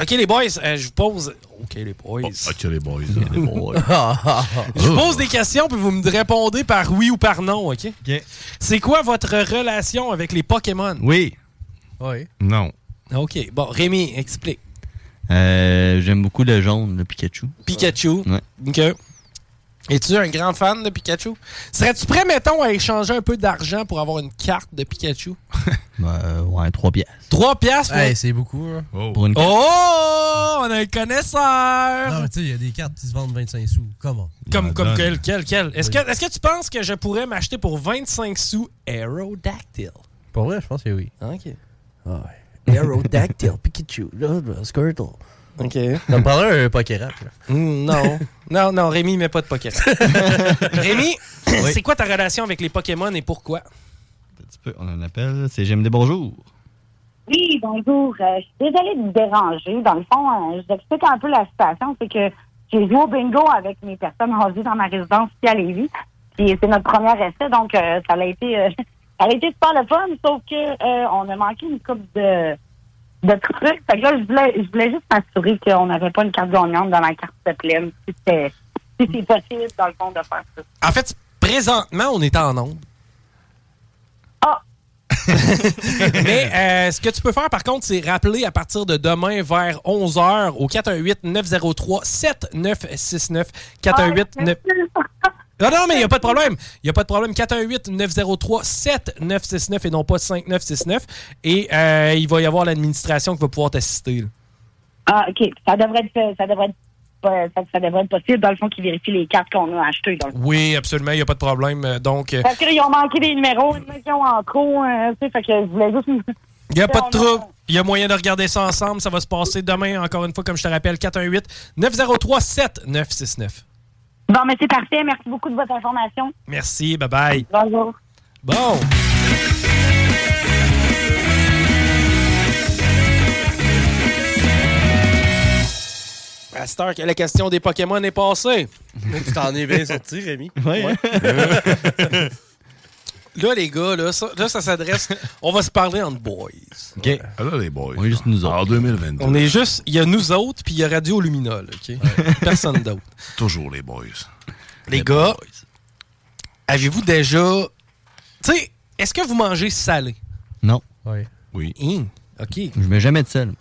[SPEAKER 6] OK, les boys, euh, je vous pose... OK, les boys.
[SPEAKER 14] Oh, OK, les boys.
[SPEAKER 16] Ah,
[SPEAKER 6] je
[SPEAKER 5] Oh.
[SPEAKER 6] vous pose des questions, puis vous me répondez par oui ou par non, OK? C'est quoi votre relation avec les Pokémon?
[SPEAKER 5] Oui.
[SPEAKER 6] Oui.
[SPEAKER 14] Non.
[SPEAKER 6] OK. Bon, Rémi, explique.
[SPEAKER 5] Euh, J'aime beaucoup le jaune, le Pikachu.
[SPEAKER 6] Pikachu.
[SPEAKER 5] Ouais.
[SPEAKER 6] OK. Es-tu un grand fan de Pikachu? Serais-tu prêt, mettons, à échanger un peu d'argent pour avoir une carte de Pikachu?
[SPEAKER 5] Euh, ouais, 3 piastres.
[SPEAKER 6] 3 piastres?
[SPEAKER 5] Hey,
[SPEAKER 6] pour-
[SPEAKER 5] c'est
[SPEAKER 16] beaucoup. hein.
[SPEAKER 5] Pour une carte.
[SPEAKER 6] Oh! On a un connaisseur!
[SPEAKER 16] Non, mais tu sais, il y a des cartes qui se vendent 25 sous. Comment?
[SPEAKER 6] Ah. Comme, comme
[SPEAKER 16] Madonna.
[SPEAKER 6] quel, quel, quel. Est-ce
[SPEAKER 16] Oui.
[SPEAKER 6] que, est que tu penses que je pourrais m'acheter pour 25 sous Aerodactyl?
[SPEAKER 16] Pour vrai, je pense que oui.
[SPEAKER 6] OK.
[SPEAKER 16] Ah ouais. Aerodactyl, Pikachu, Skirtle.
[SPEAKER 6] OK.
[SPEAKER 16] Ça me prendrait un poké rap. là.
[SPEAKER 6] Mm, non. non, non, Rémi, mais pas de Pokémon. Rémi, c'est quoi ta relation avec les Pokémon et pourquoi?
[SPEAKER 5] Tu peux- On en appelle. C'est J'aime des bonjours.
[SPEAKER 3] Oui, bonjour. Euh, je suis désolée de vous déranger. Dans le fond, euh, je vous explique un peu la situation. C'est que j'ai joué au bingo avec mes personnes rendues dans ma résidence ici à Lévis. Puis c'est notre premier essai, donc euh, ça a été euh, ça a été super le fun, sauf que euh, on a manqué une coupe de, de trucs. Fait que là, je voulais, je voulais juste m'assurer qu'on n'avait pas une carte gagnante dans la carte de pleine, si c'était- si c'est possible, dans le fond, de faire ça.
[SPEAKER 6] En fait, présentement, on est en onde.
[SPEAKER 3] Ah!
[SPEAKER 6] Mais euh, ce que tu peux faire, par contre, c'est rappeler à partir de demain vers 11h au 418-903-7969. 418-9... Non, non, mais il n'y a pas de problème. Il n'y a pas de problème. 418-903-7969 et non pas 5969. Et euh, il va y avoir l'administration qui va pouvoir t'assister. là.
[SPEAKER 3] Ah, OK. Ça devrait être, ça devrait être, pas- ça, ça devrait être possible, dans le fond, qu'ils vérifient les cartes qu'on a achetées. Dans le fond.
[SPEAKER 6] Oui, absolument, il n'y a pas de problème. Euh, Donc,
[SPEAKER 3] Parce qu'ils ont manqué des numéros, ils en ont en trop, hein, tu sais, fait que je voulais juste...
[SPEAKER 6] il n'y a pas de trouble. Il y a moyen de regarder ça ensemble. Ça va se passer demain, encore une fois, comme je te rappelle, 418-903-7969.
[SPEAKER 3] Bon, mais c'est parfait. Merci beaucoup de votre information.
[SPEAKER 6] Merci, bye bye.
[SPEAKER 3] Bonjour.
[SPEAKER 6] Bon. À cette heure que la question des Pokémon est passée.
[SPEAKER 16] Tu t'en es bien sorti, Rémi.
[SPEAKER 5] Oui.
[SPEAKER 6] Là, les gars, là, ça, là, ça s'adresse. On va se parler entre boys.
[SPEAKER 5] OK.
[SPEAKER 14] Là, les boys.
[SPEAKER 5] On est juste nous autres.
[SPEAKER 14] En 2022.
[SPEAKER 6] On est juste. Il y a nous autres, puis il y a Radio Luminol, OK? Personne d'autre.
[SPEAKER 14] Toujours les boys.
[SPEAKER 6] Les, gars, avez-vous déjà. Tu sais, est-ce que vous mangez salé?
[SPEAKER 5] Non.
[SPEAKER 16] Oui.
[SPEAKER 14] Oui.
[SPEAKER 16] Hein.
[SPEAKER 6] OK.
[SPEAKER 5] Je mets jamais de sel. moi.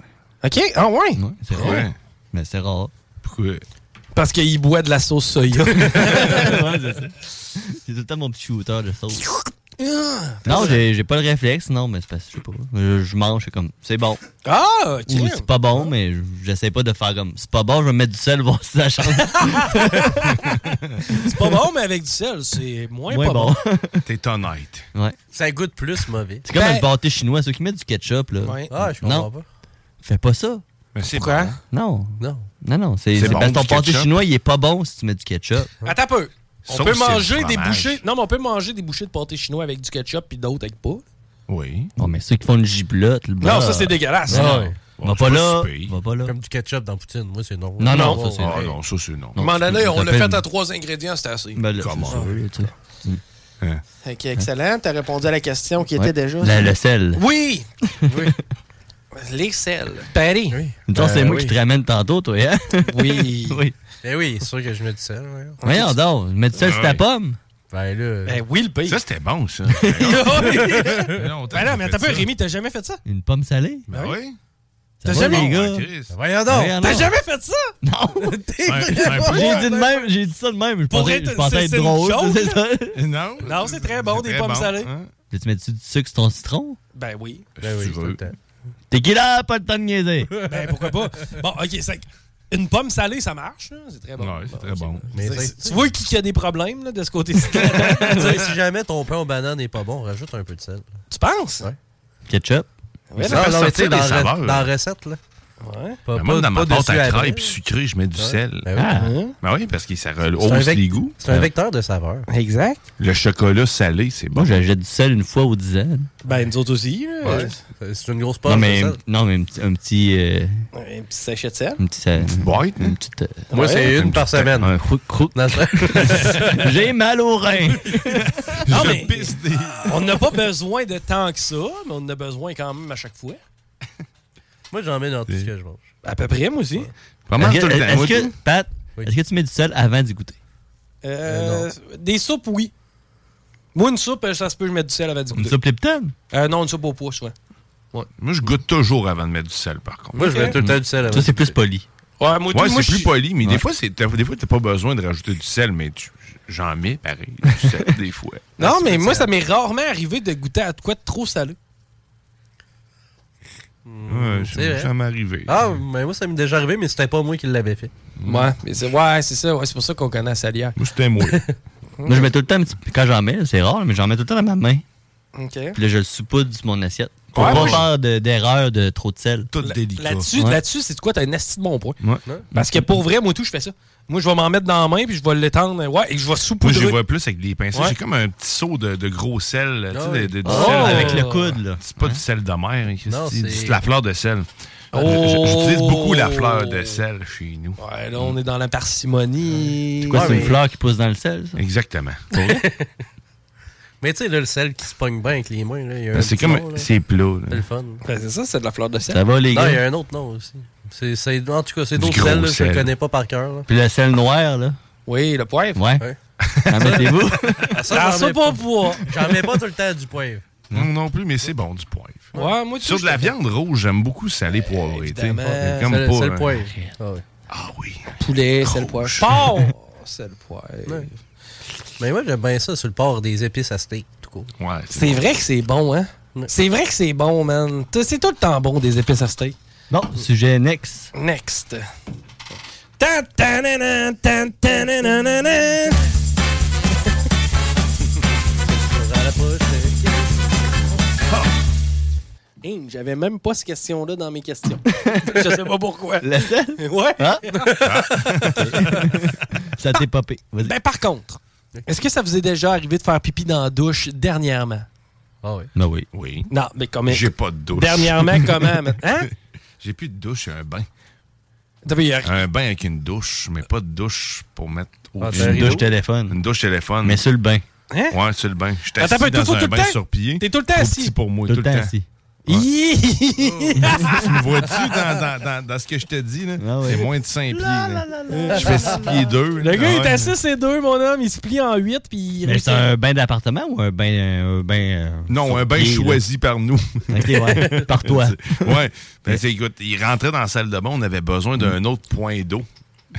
[SPEAKER 6] OK? Ah, ouais?
[SPEAKER 5] C'est rare.
[SPEAKER 6] Ouais.
[SPEAKER 5] Mais c'est rare.
[SPEAKER 14] Pourquoi?
[SPEAKER 6] Parce qu'il boit de la sauce soya.
[SPEAKER 5] ouais, c'est ça. C'est tout le temps mon petit shooter de sauce. Non, j'ai j'ai pas le réflexe, non, mais c'est parce que je sais pas. Je, je mange, c'est comme, c'est bon.
[SPEAKER 6] Ah, ok.
[SPEAKER 5] Ou c'est pas bon, mais j'essaie pas de faire comme, c'est pas bon, je vais mettre du sel, voir si ça change.
[SPEAKER 6] C'est pas bon, mais avec du sel, c'est moins,
[SPEAKER 5] Moins
[SPEAKER 6] pas bon.
[SPEAKER 5] bon.
[SPEAKER 14] T'es honnête.
[SPEAKER 5] Ouais.
[SPEAKER 16] Ça goûte plus mauvais.
[SPEAKER 5] C'est comme
[SPEAKER 16] Ben-
[SPEAKER 5] un pâté chinois, ceux qui mettent du ketchup, là.
[SPEAKER 16] Ouais. Ah, je
[SPEAKER 5] non.
[SPEAKER 16] comprends pas.
[SPEAKER 5] Fais pas ça.
[SPEAKER 14] Mais c'est
[SPEAKER 6] Pourquoi? bon.
[SPEAKER 5] Non.
[SPEAKER 16] Non.
[SPEAKER 5] Non, non, c'est
[SPEAKER 14] C'est
[SPEAKER 5] c'est
[SPEAKER 14] bon,
[SPEAKER 5] parce que ton
[SPEAKER 14] du
[SPEAKER 5] pâté
[SPEAKER 14] ketchup.
[SPEAKER 5] chinois, il est pas bon si tu mets du ketchup.
[SPEAKER 6] Attends un peu. On
[SPEAKER 5] Sauf
[SPEAKER 6] peut
[SPEAKER 5] si c'est du
[SPEAKER 6] manger des
[SPEAKER 5] fromage.
[SPEAKER 6] bouchées. Non, mais on peut manger des bouchées de pâté chinois avec du ketchup puis d'autres avec pas.
[SPEAKER 14] Oui.
[SPEAKER 5] Non, mais ceux qui font une giblotte, le
[SPEAKER 6] Non, ça, c'est dégueulasse.
[SPEAKER 5] Non.
[SPEAKER 6] Ouais.
[SPEAKER 5] Va pas là. Va pas là.
[SPEAKER 16] Comme du ketchup dans Poutine. Moi, c'est non.
[SPEAKER 5] Non, non, ça, c'est
[SPEAKER 14] Ah
[SPEAKER 5] non.
[SPEAKER 14] non, ça c'est non.
[SPEAKER 6] À un moment donné,
[SPEAKER 5] tu
[SPEAKER 6] on l'a
[SPEAKER 5] t'appelles-
[SPEAKER 6] fait à trois ingrédients, c'était assez.
[SPEAKER 5] Ben là,
[SPEAKER 14] Comment?
[SPEAKER 5] c'est sûr, tu sais.
[SPEAKER 18] Ok, excellent. T'as répondu à la question qui
[SPEAKER 5] Ouais.
[SPEAKER 18] était déjà.
[SPEAKER 5] La- le sel.
[SPEAKER 6] Oui! Les sels. Paris. Oui.
[SPEAKER 5] Mettons, c'est
[SPEAKER 16] Ben
[SPEAKER 5] moi
[SPEAKER 16] oui.
[SPEAKER 5] qui te ramène tantôt, toi, hein?
[SPEAKER 6] Oui.
[SPEAKER 5] oui.
[SPEAKER 16] Ben oui, c'est sûr que je mets du sel. ouais.
[SPEAKER 5] Voyons donc, mets du sel sur ta pomme.
[SPEAKER 16] Ben là.
[SPEAKER 6] Ben oui, le pays.
[SPEAKER 14] Ah, Ça, c'était bon, ça.
[SPEAKER 6] Ben là, mais t'as pas Rémi, t'as jamais fait ça?
[SPEAKER 5] Une pomme salée?
[SPEAKER 6] Ben Ah,
[SPEAKER 14] oui.
[SPEAKER 6] T'as
[SPEAKER 5] va,
[SPEAKER 6] jamais. Ben
[SPEAKER 5] les gars?
[SPEAKER 16] Voyons
[SPEAKER 5] donc.
[SPEAKER 6] T'as jamais fait ça?
[SPEAKER 5] Non!
[SPEAKER 6] T'es
[SPEAKER 5] Ouais,
[SPEAKER 6] vraiment-
[SPEAKER 5] J'ai dit de même, j'ai dit ça de même. Je
[SPEAKER 6] Pour
[SPEAKER 5] pensais,
[SPEAKER 6] être-
[SPEAKER 5] je pensais
[SPEAKER 6] c'est-
[SPEAKER 5] être
[SPEAKER 6] c'est une
[SPEAKER 5] drôle,
[SPEAKER 6] joke,
[SPEAKER 5] c'est ça?
[SPEAKER 14] Non.
[SPEAKER 6] Non, c'est très bon, hein? des
[SPEAKER 14] très
[SPEAKER 6] pommes
[SPEAKER 14] bon,
[SPEAKER 6] salées.
[SPEAKER 5] Là, tu mets-tu du sucre sur ton citron?
[SPEAKER 6] Ben oui.
[SPEAKER 16] Ben oui, tout le temps.
[SPEAKER 5] T'es qui là? Pas le temps de niaiser.
[SPEAKER 6] Ben pourquoi pas? Bon, ok, c'est- Une pomme salée, ça marche, là. c'est très bon.
[SPEAKER 14] Ouais, c'est très bon.
[SPEAKER 16] Mais
[SPEAKER 6] C'est-
[SPEAKER 16] c'est-
[SPEAKER 6] tu vois qui qui a des problèmes là, de ce côté-ci.
[SPEAKER 16] Tu sais, si jamais ton pain aux bananes n'est pas bon, rajoute un peu de sel.
[SPEAKER 6] tu penses?
[SPEAKER 5] Ketchup?
[SPEAKER 16] Ouais,
[SPEAKER 14] Ça fait
[SPEAKER 16] Ah, non, non, mais tu
[SPEAKER 14] sortir
[SPEAKER 16] sais, dans,
[SPEAKER 14] des
[SPEAKER 16] la-
[SPEAKER 14] saveurs.
[SPEAKER 16] dans la recette, là.
[SPEAKER 6] Ouais.
[SPEAKER 16] Pas,
[SPEAKER 14] Mais Ben, moi, dans ma pâte
[SPEAKER 16] dessus
[SPEAKER 14] à
[SPEAKER 16] après.
[SPEAKER 14] crêpes sucrée, je mets du
[SPEAKER 16] Ouais.
[SPEAKER 14] sel.
[SPEAKER 16] Ben oui.
[SPEAKER 14] Ben oui, parce que ça
[SPEAKER 16] C'est un
[SPEAKER 14] rehausse
[SPEAKER 16] vec-
[SPEAKER 14] les goûts.
[SPEAKER 16] C'est un vecteur de saveur.
[SPEAKER 6] Exact.
[SPEAKER 14] Le chocolat salé, c'est
[SPEAKER 5] Moi,
[SPEAKER 14] bon.
[SPEAKER 5] j'achète du sel une fois ou dix ans.
[SPEAKER 6] Ben nous autres aussi. là.
[SPEAKER 16] Ouais. C'est une grosse pomme
[SPEAKER 5] Non,
[SPEAKER 16] de
[SPEAKER 5] mais,
[SPEAKER 16] sel.
[SPEAKER 5] non, mais un petit. Un petit, euh,
[SPEAKER 6] Un petit sachet de sel.
[SPEAKER 5] un petit sel. Une petite
[SPEAKER 14] boîte?
[SPEAKER 5] Une petite.
[SPEAKER 16] Moi, c'est une par semaine.
[SPEAKER 5] un croûte, croûte.
[SPEAKER 16] Dans ce-
[SPEAKER 5] J'ai mal au rein.
[SPEAKER 6] Non, mais on n'a pas besoin de tant que ça, mais on en a besoin quand même à chaque fois.
[SPEAKER 16] Moi, j'en mets dans tout ce que je mange.
[SPEAKER 6] À peu près, moi aussi.
[SPEAKER 14] Vraiment,
[SPEAKER 5] Est-ce
[SPEAKER 14] tout
[SPEAKER 5] que,
[SPEAKER 14] le temps.
[SPEAKER 5] est-ce
[SPEAKER 14] Moi,
[SPEAKER 5] que-
[SPEAKER 14] tout-
[SPEAKER 5] Pat, est-ce que tu mets du sel avant d'y goûter?
[SPEAKER 6] Euh, des soupes, oui. Moi, une soupe, euh, ça se peut, je mets du sel avant du
[SPEAKER 5] Une
[SPEAKER 6] goûter.
[SPEAKER 5] soupe Lipton? Ah,
[SPEAKER 6] Euh, non, une soupe au poids, souvent.
[SPEAKER 14] Moi, je goûte toujours avant de mettre du sel, par contre.
[SPEAKER 16] Moi, je mets tout le temps du sel. avant.
[SPEAKER 5] Ça, c'est plus poli.
[SPEAKER 6] Ouais, moi,
[SPEAKER 14] Ouais,
[SPEAKER 6] moi,
[SPEAKER 14] c'est
[SPEAKER 6] je
[SPEAKER 14] plus
[SPEAKER 6] suis-
[SPEAKER 14] poli, mais
[SPEAKER 5] Ouais.
[SPEAKER 14] des fois, c'est- t'as- des fois, t'as pas besoin de rajouter du sel, mais tu- j'en mets pareil, du sel, des fois.
[SPEAKER 6] Non, mais moi, ça m'est rarement arrivé de goûter à de quoi de trop salé.
[SPEAKER 14] Ouais,
[SPEAKER 16] Mm, C'est vrai.
[SPEAKER 14] ça ça m'est arrivé.
[SPEAKER 16] Ah, mais moi, ça m'est déjà arrivé, mais c'était pas moi qui l'avais fait.
[SPEAKER 6] Ouais, mais c'est ouais, c'est ça. Ouais, c'est pour ça qu'on connaît la salière.
[SPEAKER 14] Moi, c'était moi.
[SPEAKER 5] Moi, je mets tout le temps un petit. Quand j'en mets, c'est rare, mais j'en mets tout le temps dans ma main.
[SPEAKER 6] OK.
[SPEAKER 5] Puis là, je le soupoudre sur mon assiette. Pour
[SPEAKER 6] Ouais,
[SPEAKER 5] pas
[SPEAKER 6] moi,
[SPEAKER 5] faire de- d'erreur de trop de sel.
[SPEAKER 14] Tout délicat.
[SPEAKER 6] Là-dessus,
[SPEAKER 5] Ouais.
[SPEAKER 6] là-dessus, c'est de quoi? T'as un asti de bon point.
[SPEAKER 14] Ouais.
[SPEAKER 6] Parce que pour vrai, moi, tout, je fais ça. Moi, je vais m'en mettre dans la main, puis je vais l'étendre. Ouais, et je vais
[SPEAKER 14] Moi,
[SPEAKER 6] saupoudrer.
[SPEAKER 14] j'y vois plus avec des pinceaux.
[SPEAKER 6] Ouais.
[SPEAKER 14] J'ai comme un petit seau de, de gros sel.
[SPEAKER 16] Ah
[SPEAKER 14] tu sais, de- de- du
[SPEAKER 5] Oh!
[SPEAKER 14] sel
[SPEAKER 5] Avec le coude, là.
[SPEAKER 14] C'est pas du sel de mer, hein, Christy,
[SPEAKER 16] Non,
[SPEAKER 14] c'est
[SPEAKER 16] c'est-
[SPEAKER 14] de la fleur de sel. Je-
[SPEAKER 6] Oh!
[SPEAKER 14] je- J'utilise beaucoup la fleur de sel chez nous.
[SPEAKER 6] Ouais, là, on est dans la parcimonie.
[SPEAKER 5] Quoi,
[SPEAKER 16] Ouais,
[SPEAKER 5] c'est une
[SPEAKER 16] mais-
[SPEAKER 5] fleur qui pousse dans le sel, ça?
[SPEAKER 14] Exactement.
[SPEAKER 16] Mais tu sais, là, le sel qui se pogne bien avec les mains, là. il y a un
[SPEAKER 14] Ben, c'est
[SPEAKER 16] petit
[SPEAKER 14] comme.
[SPEAKER 16] nom, là.
[SPEAKER 14] C'est plat. là.
[SPEAKER 16] C'est le fun.
[SPEAKER 6] Ouais, Ben, c'est ça, c'est de la fleur de sel.
[SPEAKER 5] Ça va, les
[SPEAKER 16] Non, il y
[SPEAKER 5] gars?
[SPEAKER 16] a un autre nom aussi. C'est, c'est- en tout cas, c'est
[SPEAKER 14] Du
[SPEAKER 16] d'autres
[SPEAKER 14] gros
[SPEAKER 16] sels, là, je
[SPEAKER 14] sel.
[SPEAKER 16] ne connais pas par cœur. là.
[SPEAKER 5] Puis le sel noir, là?
[SPEAKER 6] Oui, le poivre.
[SPEAKER 5] Ouais.
[SPEAKER 16] Ouais.
[SPEAKER 5] En mettez-vous?
[SPEAKER 16] Ah, ça,
[SPEAKER 6] Ça,
[SPEAKER 16] j'en
[SPEAKER 6] ça
[SPEAKER 16] mets
[SPEAKER 6] pas pour.
[SPEAKER 16] J'en mets pas tout le temps du poivre.
[SPEAKER 14] Non, non plus, mais c'est bon du poivre.
[SPEAKER 6] Ouais, moi, tu
[SPEAKER 14] Sur de la viande rouge, j'aime beaucoup salé poivré. tu sais.
[SPEAKER 6] évidemment.
[SPEAKER 14] C'est
[SPEAKER 16] C'est
[SPEAKER 14] Comme
[SPEAKER 16] le-
[SPEAKER 14] pas.
[SPEAKER 16] c'est le
[SPEAKER 14] hein.
[SPEAKER 16] poivre. Ah ouais.
[SPEAKER 14] Ah oui.
[SPEAKER 6] Poulet, c'est le poivre. Porc! C'est le poivre.
[SPEAKER 16] Ouais. Mais moi, j'aime bien ça sur le port des épices à steak, tout court.
[SPEAKER 14] Ouais,
[SPEAKER 6] C'est vrai que c'est bon, hein?
[SPEAKER 16] Ouais.
[SPEAKER 6] C'est vrai que c'est bon, man. T- Euh, C'est tout le temps bon, des épices à steak.
[SPEAKER 5] Non, sujet next.
[SPEAKER 6] Next. Tan, tan, nan, nan, tan, tan, nan, nan, nan, nan. Oh. Hey, J'avais même pas cette question-là dans mes questions. Je sais pas pourquoi.
[SPEAKER 5] Le sel?
[SPEAKER 6] Ouais.
[SPEAKER 5] Hein? Ça t'est popé. Vas-y.
[SPEAKER 6] Ben par contre, est-ce que ça vous est déjà arrivé de faire pipi dans la douche dernièrement?
[SPEAKER 16] Ah oui.
[SPEAKER 5] Ben oui.
[SPEAKER 14] Oui.
[SPEAKER 6] Non, mais comment?
[SPEAKER 14] J'ai pas de douche.
[SPEAKER 6] Dernièrement, comment? man? Hein?
[SPEAKER 14] J'ai plus de douche, j'ai un bain.
[SPEAKER 6] T'as vu, il y a-
[SPEAKER 14] Un bain avec une douche, mais pas de douche pour mettre au
[SPEAKER 16] Ah,
[SPEAKER 14] dessus.
[SPEAKER 16] t'as
[SPEAKER 5] Une
[SPEAKER 16] rideau.
[SPEAKER 5] douche téléphone.
[SPEAKER 14] Une douche téléphone.
[SPEAKER 5] Mais sur le bain.
[SPEAKER 6] Hein?
[SPEAKER 14] Ouais, sur le bain. Je suis
[SPEAKER 6] Attends,
[SPEAKER 14] assis
[SPEAKER 6] t'as pas-
[SPEAKER 14] dans
[SPEAKER 6] tout- tout
[SPEAKER 14] un
[SPEAKER 6] le
[SPEAKER 14] bain
[SPEAKER 6] temps?
[SPEAKER 14] sur pied.
[SPEAKER 6] T'es tout le temps
[SPEAKER 14] Trop
[SPEAKER 6] assis.
[SPEAKER 14] petit pour moi,
[SPEAKER 5] Tout le temps assis.
[SPEAKER 6] Hi!
[SPEAKER 14] Tu me vois-tu dans, dans- dans- dans ce que je te dis? là?
[SPEAKER 5] Ah ouais.
[SPEAKER 14] C'est moins de 5 pieds. là. Je fais 6 pieds 2.
[SPEAKER 6] Le gars, il est assis, c'est deux, mon homme. Il se plie en huit, puis il
[SPEAKER 5] Ah Mais
[SPEAKER 6] reste-
[SPEAKER 5] c'est un bain d'appartement ou un bain. Un bain euh,
[SPEAKER 14] Non, un bain
[SPEAKER 5] pied, là?
[SPEAKER 14] choisi par nous.
[SPEAKER 5] Ok, ouais. Par toi. Mm.
[SPEAKER 14] ouais. Ben, c'est- écoute, il rentrait dans la salle de bain, on avait besoin d'un autre point d'eau.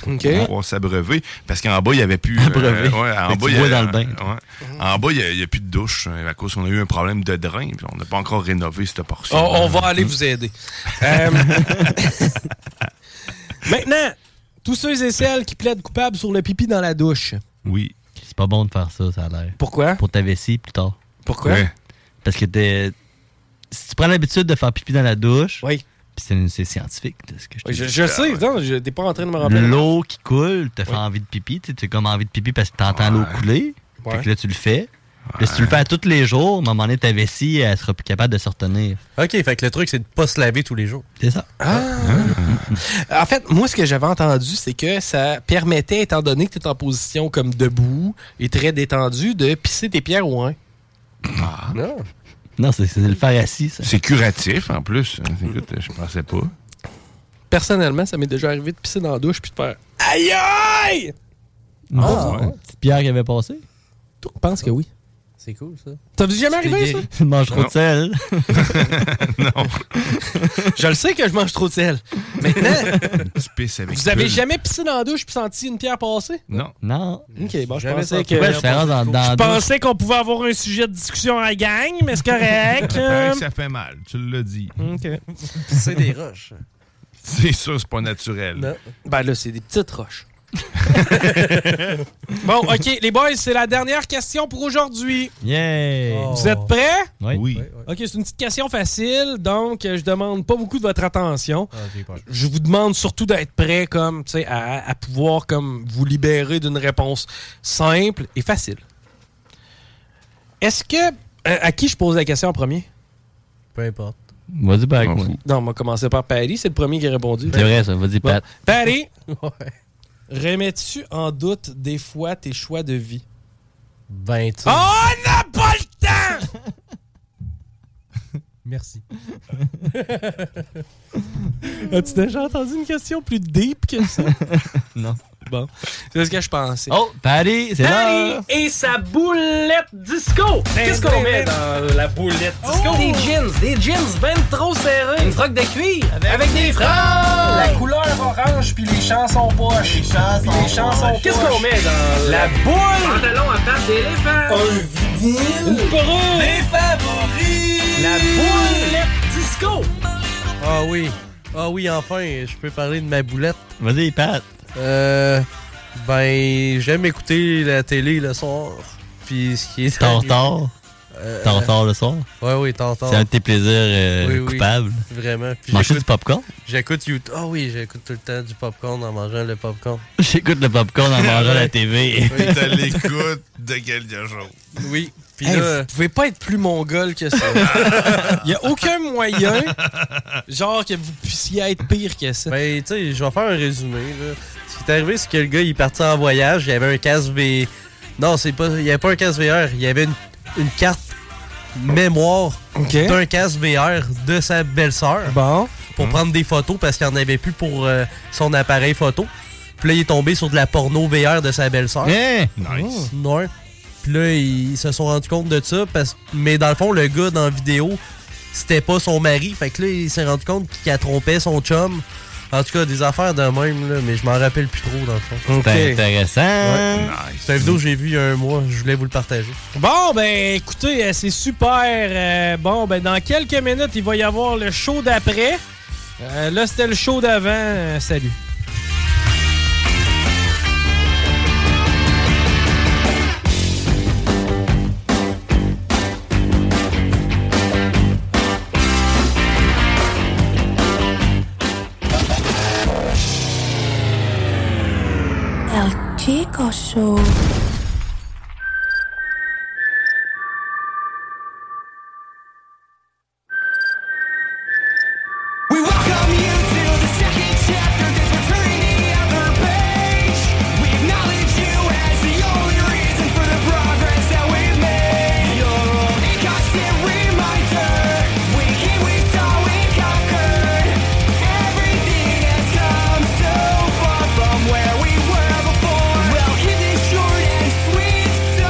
[SPEAKER 6] OK.
[SPEAKER 14] pour pouvoir s'abreuver. Parce qu'en bas, il n'y avait plus. euh,
[SPEAKER 5] Abreuver.
[SPEAKER 14] ouais, en
[SPEAKER 5] Fait que
[SPEAKER 14] bas,
[SPEAKER 5] tu
[SPEAKER 14] il y
[SPEAKER 5] bois
[SPEAKER 14] a-
[SPEAKER 5] dans le bain.
[SPEAKER 14] ouais. En bas, il n'y a, plus de douche euh, à cause qu'on a eu un problème de drain. puis on n'a pas encore rénové cette portion.
[SPEAKER 6] On, on va aller vous aider. Euh, Maintenant, tous ceux et celles qui plaident coupables sur le pipi dans la douche.
[SPEAKER 14] Oui.
[SPEAKER 5] C'est pas bon de faire ça, ça a l'air.
[SPEAKER 6] Pourquoi?
[SPEAKER 5] Pour ta vessie plus tard.
[SPEAKER 6] Pourquoi? Ouais.
[SPEAKER 5] Parce que t'es- si tu prends l'habitude de faire pipi dans la douche,
[SPEAKER 6] oui.
[SPEAKER 5] c'est c'est scientifique. là, ce que je, te
[SPEAKER 6] Oui, Je,
[SPEAKER 5] dis.
[SPEAKER 6] je sais, non, je t'es pas en train de me rappeler.
[SPEAKER 5] L'eau qui coule te fait envie de pipi. Tu as comme envie de pipi parce que tu entends l'eau couler.
[SPEAKER 6] Ouais.
[SPEAKER 5] Fait que là, tu le fais. Puis si tu le fais à tous les jours, à un moment donné, ta vessie, elle sera plus capable de se retenir.
[SPEAKER 16] OK, fait que le truc, c'est de pas se laver tous les jours.
[SPEAKER 5] C'est ça.
[SPEAKER 6] Ah.
[SPEAKER 5] Hein?
[SPEAKER 6] En fait, moi, ce que j'avais entendu, c'est que ça permettait, étant donné que tu es en position comme debout et très détendu, de pisser tes pierres ou un.
[SPEAKER 5] Ah.
[SPEAKER 6] Non.
[SPEAKER 5] Non, c'est c'est le faire assis, ça.
[SPEAKER 14] C'est curatif en plus. hein, Écoute, je pensais pas.
[SPEAKER 6] Personnellement, ça m'est déjà arrivé de pisser dans la douche puis de faire Aïe aïe!
[SPEAKER 5] Ah,
[SPEAKER 6] ouais.
[SPEAKER 5] Petite pierre qui avait passé.
[SPEAKER 6] Je pense que oui.
[SPEAKER 16] C'est cool, ça.
[SPEAKER 6] Ça vous est jamais arrivé, ça?
[SPEAKER 5] Tu manges trop de sel.
[SPEAKER 14] non.
[SPEAKER 6] je le sais que je mange trop de sel. Maintenant,
[SPEAKER 14] Tu pisses avec
[SPEAKER 6] vous avez
[SPEAKER 14] pull.
[SPEAKER 6] jamais pissé dans la douche puis senti une pierre passer?
[SPEAKER 14] Non.
[SPEAKER 5] Non.
[SPEAKER 6] Ok, bon, je
[SPEAKER 14] Jamais
[SPEAKER 6] pensais que.
[SPEAKER 14] senti une pierre passer. Dans- dans la
[SPEAKER 6] Je
[SPEAKER 14] douche.
[SPEAKER 6] pensais qu'on pouvait avoir un sujet de discussion à la gang, mais c'est correct.
[SPEAKER 14] Pareil,
[SPEAKER 6] Euh,
[SPEAKER 14] ça fait mal, tu l'as dit.
[SPEAKER 6] C'est des
[SPEAKER 16] roches.
[SPEAKER 14] C'est sûr, c'est pas naturel.
[SPEAKER 6] Ben là, c'est des petites roches. bon, OK, les boys, c'est la dernière question pour aujourd'hui.
[SPEAKER 5] Yeah!
[SPEAKER 6] Vous êtes prêts?
[SPEAKER 5] Oui.
[SPEAKER 6] OK, c'est une petite question facile, donc euh, je demande pas beaucoup de votre attention.
[SPEAKER 16] j'ai peur.
[SPEAKER 6] Je vous demande surtout d'être prêt comme, tu sais, à, à pouvoir comme vous libérer d'une réponse simple et facile. Est-ce que... euh, à qui je pose la question en premier?
[SPEAKER 16] Peu importe.
[SPEAKER 5] Vas-y, back, moi.
[SPEAKER 6] Non, on va commencer par Patty, c'est le premier qui a répondu.
[SPEAKER 5] C'est vrai, ça. Vas-y,
[SPEAKER 6] Bon.
[SPEAKER 5] Pat.
[SPEAKER 6] Patty, remets-tu en doute des fois tes choix de vie?
[SPEAKER 16] Ben, tu-
[SPEAKER 6] Oh, on n'a pas le temps!
[SPEAKER 16] Merci.
[SPEAKER 6] As-tu déjà entendu une question plus deep que ça?
[SPEAKER 5] non.
[SPEAKER 6] Bon, c'est ce que je pensais.
[SPEAKER 5] Oh, Patty, c'est
[SPEAKER 6] Patty
[SPEAKER 5] là.
[SPEAKER 6] et sa boulette disco! Qu'est-ce qu'on met dans la boulette disco?
[SPEAKER 25] Des jeans, des jeans ben trop serrés. Une froc de cuir avec, des franges.
[SPEAKER 6] La
[SPEAKER 25] couleur orange puis les chansons poches. Les chansons. Les chansons.
[SPEAKER 6] Qu'est-ce qu'on met dans la boule?
[SPEAKER 25] Pantalon à pattes d'éléphant. Un vinyle. Une
[SPEAKER 6] perruque.
[SPEAKER 25] Mes favoris. La boulette disco.
[SPEAKER 16] Ah oui. Ah oui, enfin, je peux parler de ma boulette.
[SPEAKER 5] Vas-y, Pat.
[SPEAKER 16] Euh, ben, j'aime écouter la télé le soir. Puis ce qui est. Euh,
[SPEAKER 5] T'es en retard? T'es en retard le soir?
[SPEAKER 16] Ouais, oui, t'es en retard.
[SPEAKER 5] C'est un de tes plaisirs euh,
[SPEAKER 16] Oui, oui,
[SPEAKER 5] coupables.
[SPEAKER 16] Vraiment. Puis
[SPEAKER 5] Manger du
[SPEAKER 16] j'écoute-
[SPEAKER 5] popcorn?
[SPEAKER 16] J'écoute YouTube. Ah oui, j'écoute tout le temps du popcorn en mangeant le popcorn.
[SPEAKER 5] J'écoute le popcorn en mangeant la TV.
[SPEAKER 16] Oui.
[SPEAKER 14] T'as l'écoute de quelque chose.
[SPEAKER 16] Oui. Puis
[SPEAKER 6] Hey,
[SPEAKER 16] là, euh,
[SPEAKER 6] vous pouvez pas être plus mongol que ça. Il n'y a aucun moyen, genre, que vous puissiez être pire que ça.
[SPEAKER 16] Ben, tu sais, je vais faire un résumé. Là. Ce qui est arrivé, c'est que le gars, il est parti en voyage. Il avait un casque V. Non, c'est pas. Il n'y avait pas un casque VR. Il y avait une, une carte mémoire d'un casque VR de sa belle-sœur. Pour prendre des photos parce qu'il n'en avait plus pour euh, son appareil photo. Puis là, il est tombé sur de la porno VR de sa belle-sœur.
[SPEAKER 5] Hein?
[SPEAKER 14] Nice.
[SPEAKER 16] Ouais. Puis là, ils se sont rendus compte de ça. Parce... Mais dans le fond, le gars dans la vidéo, c'était pas son mari. Fait que là, il s'est rendu compte qu'il a trompé son chum. En tout cas, des affaires de même, là, mais je m'en rappelle plus trop, dans le fond.
[SPEAKER 5] C'était intéressant.
[SPEAKER 16] Ouais. C'est une vidéo que j'ai vue il y a un mois. Je voulais vous le partager.
[SPEAKER 6] Bon, ben écoutez, euh, c'est super. Euh, bon, ben dans quelques minutes, il va y avoir le show d'après. Euh, là, c'était le show d'avant. Euh, salut.
[SPEAKER 2] El Chico Show.
[SPEAKER 12] Well, keep it short and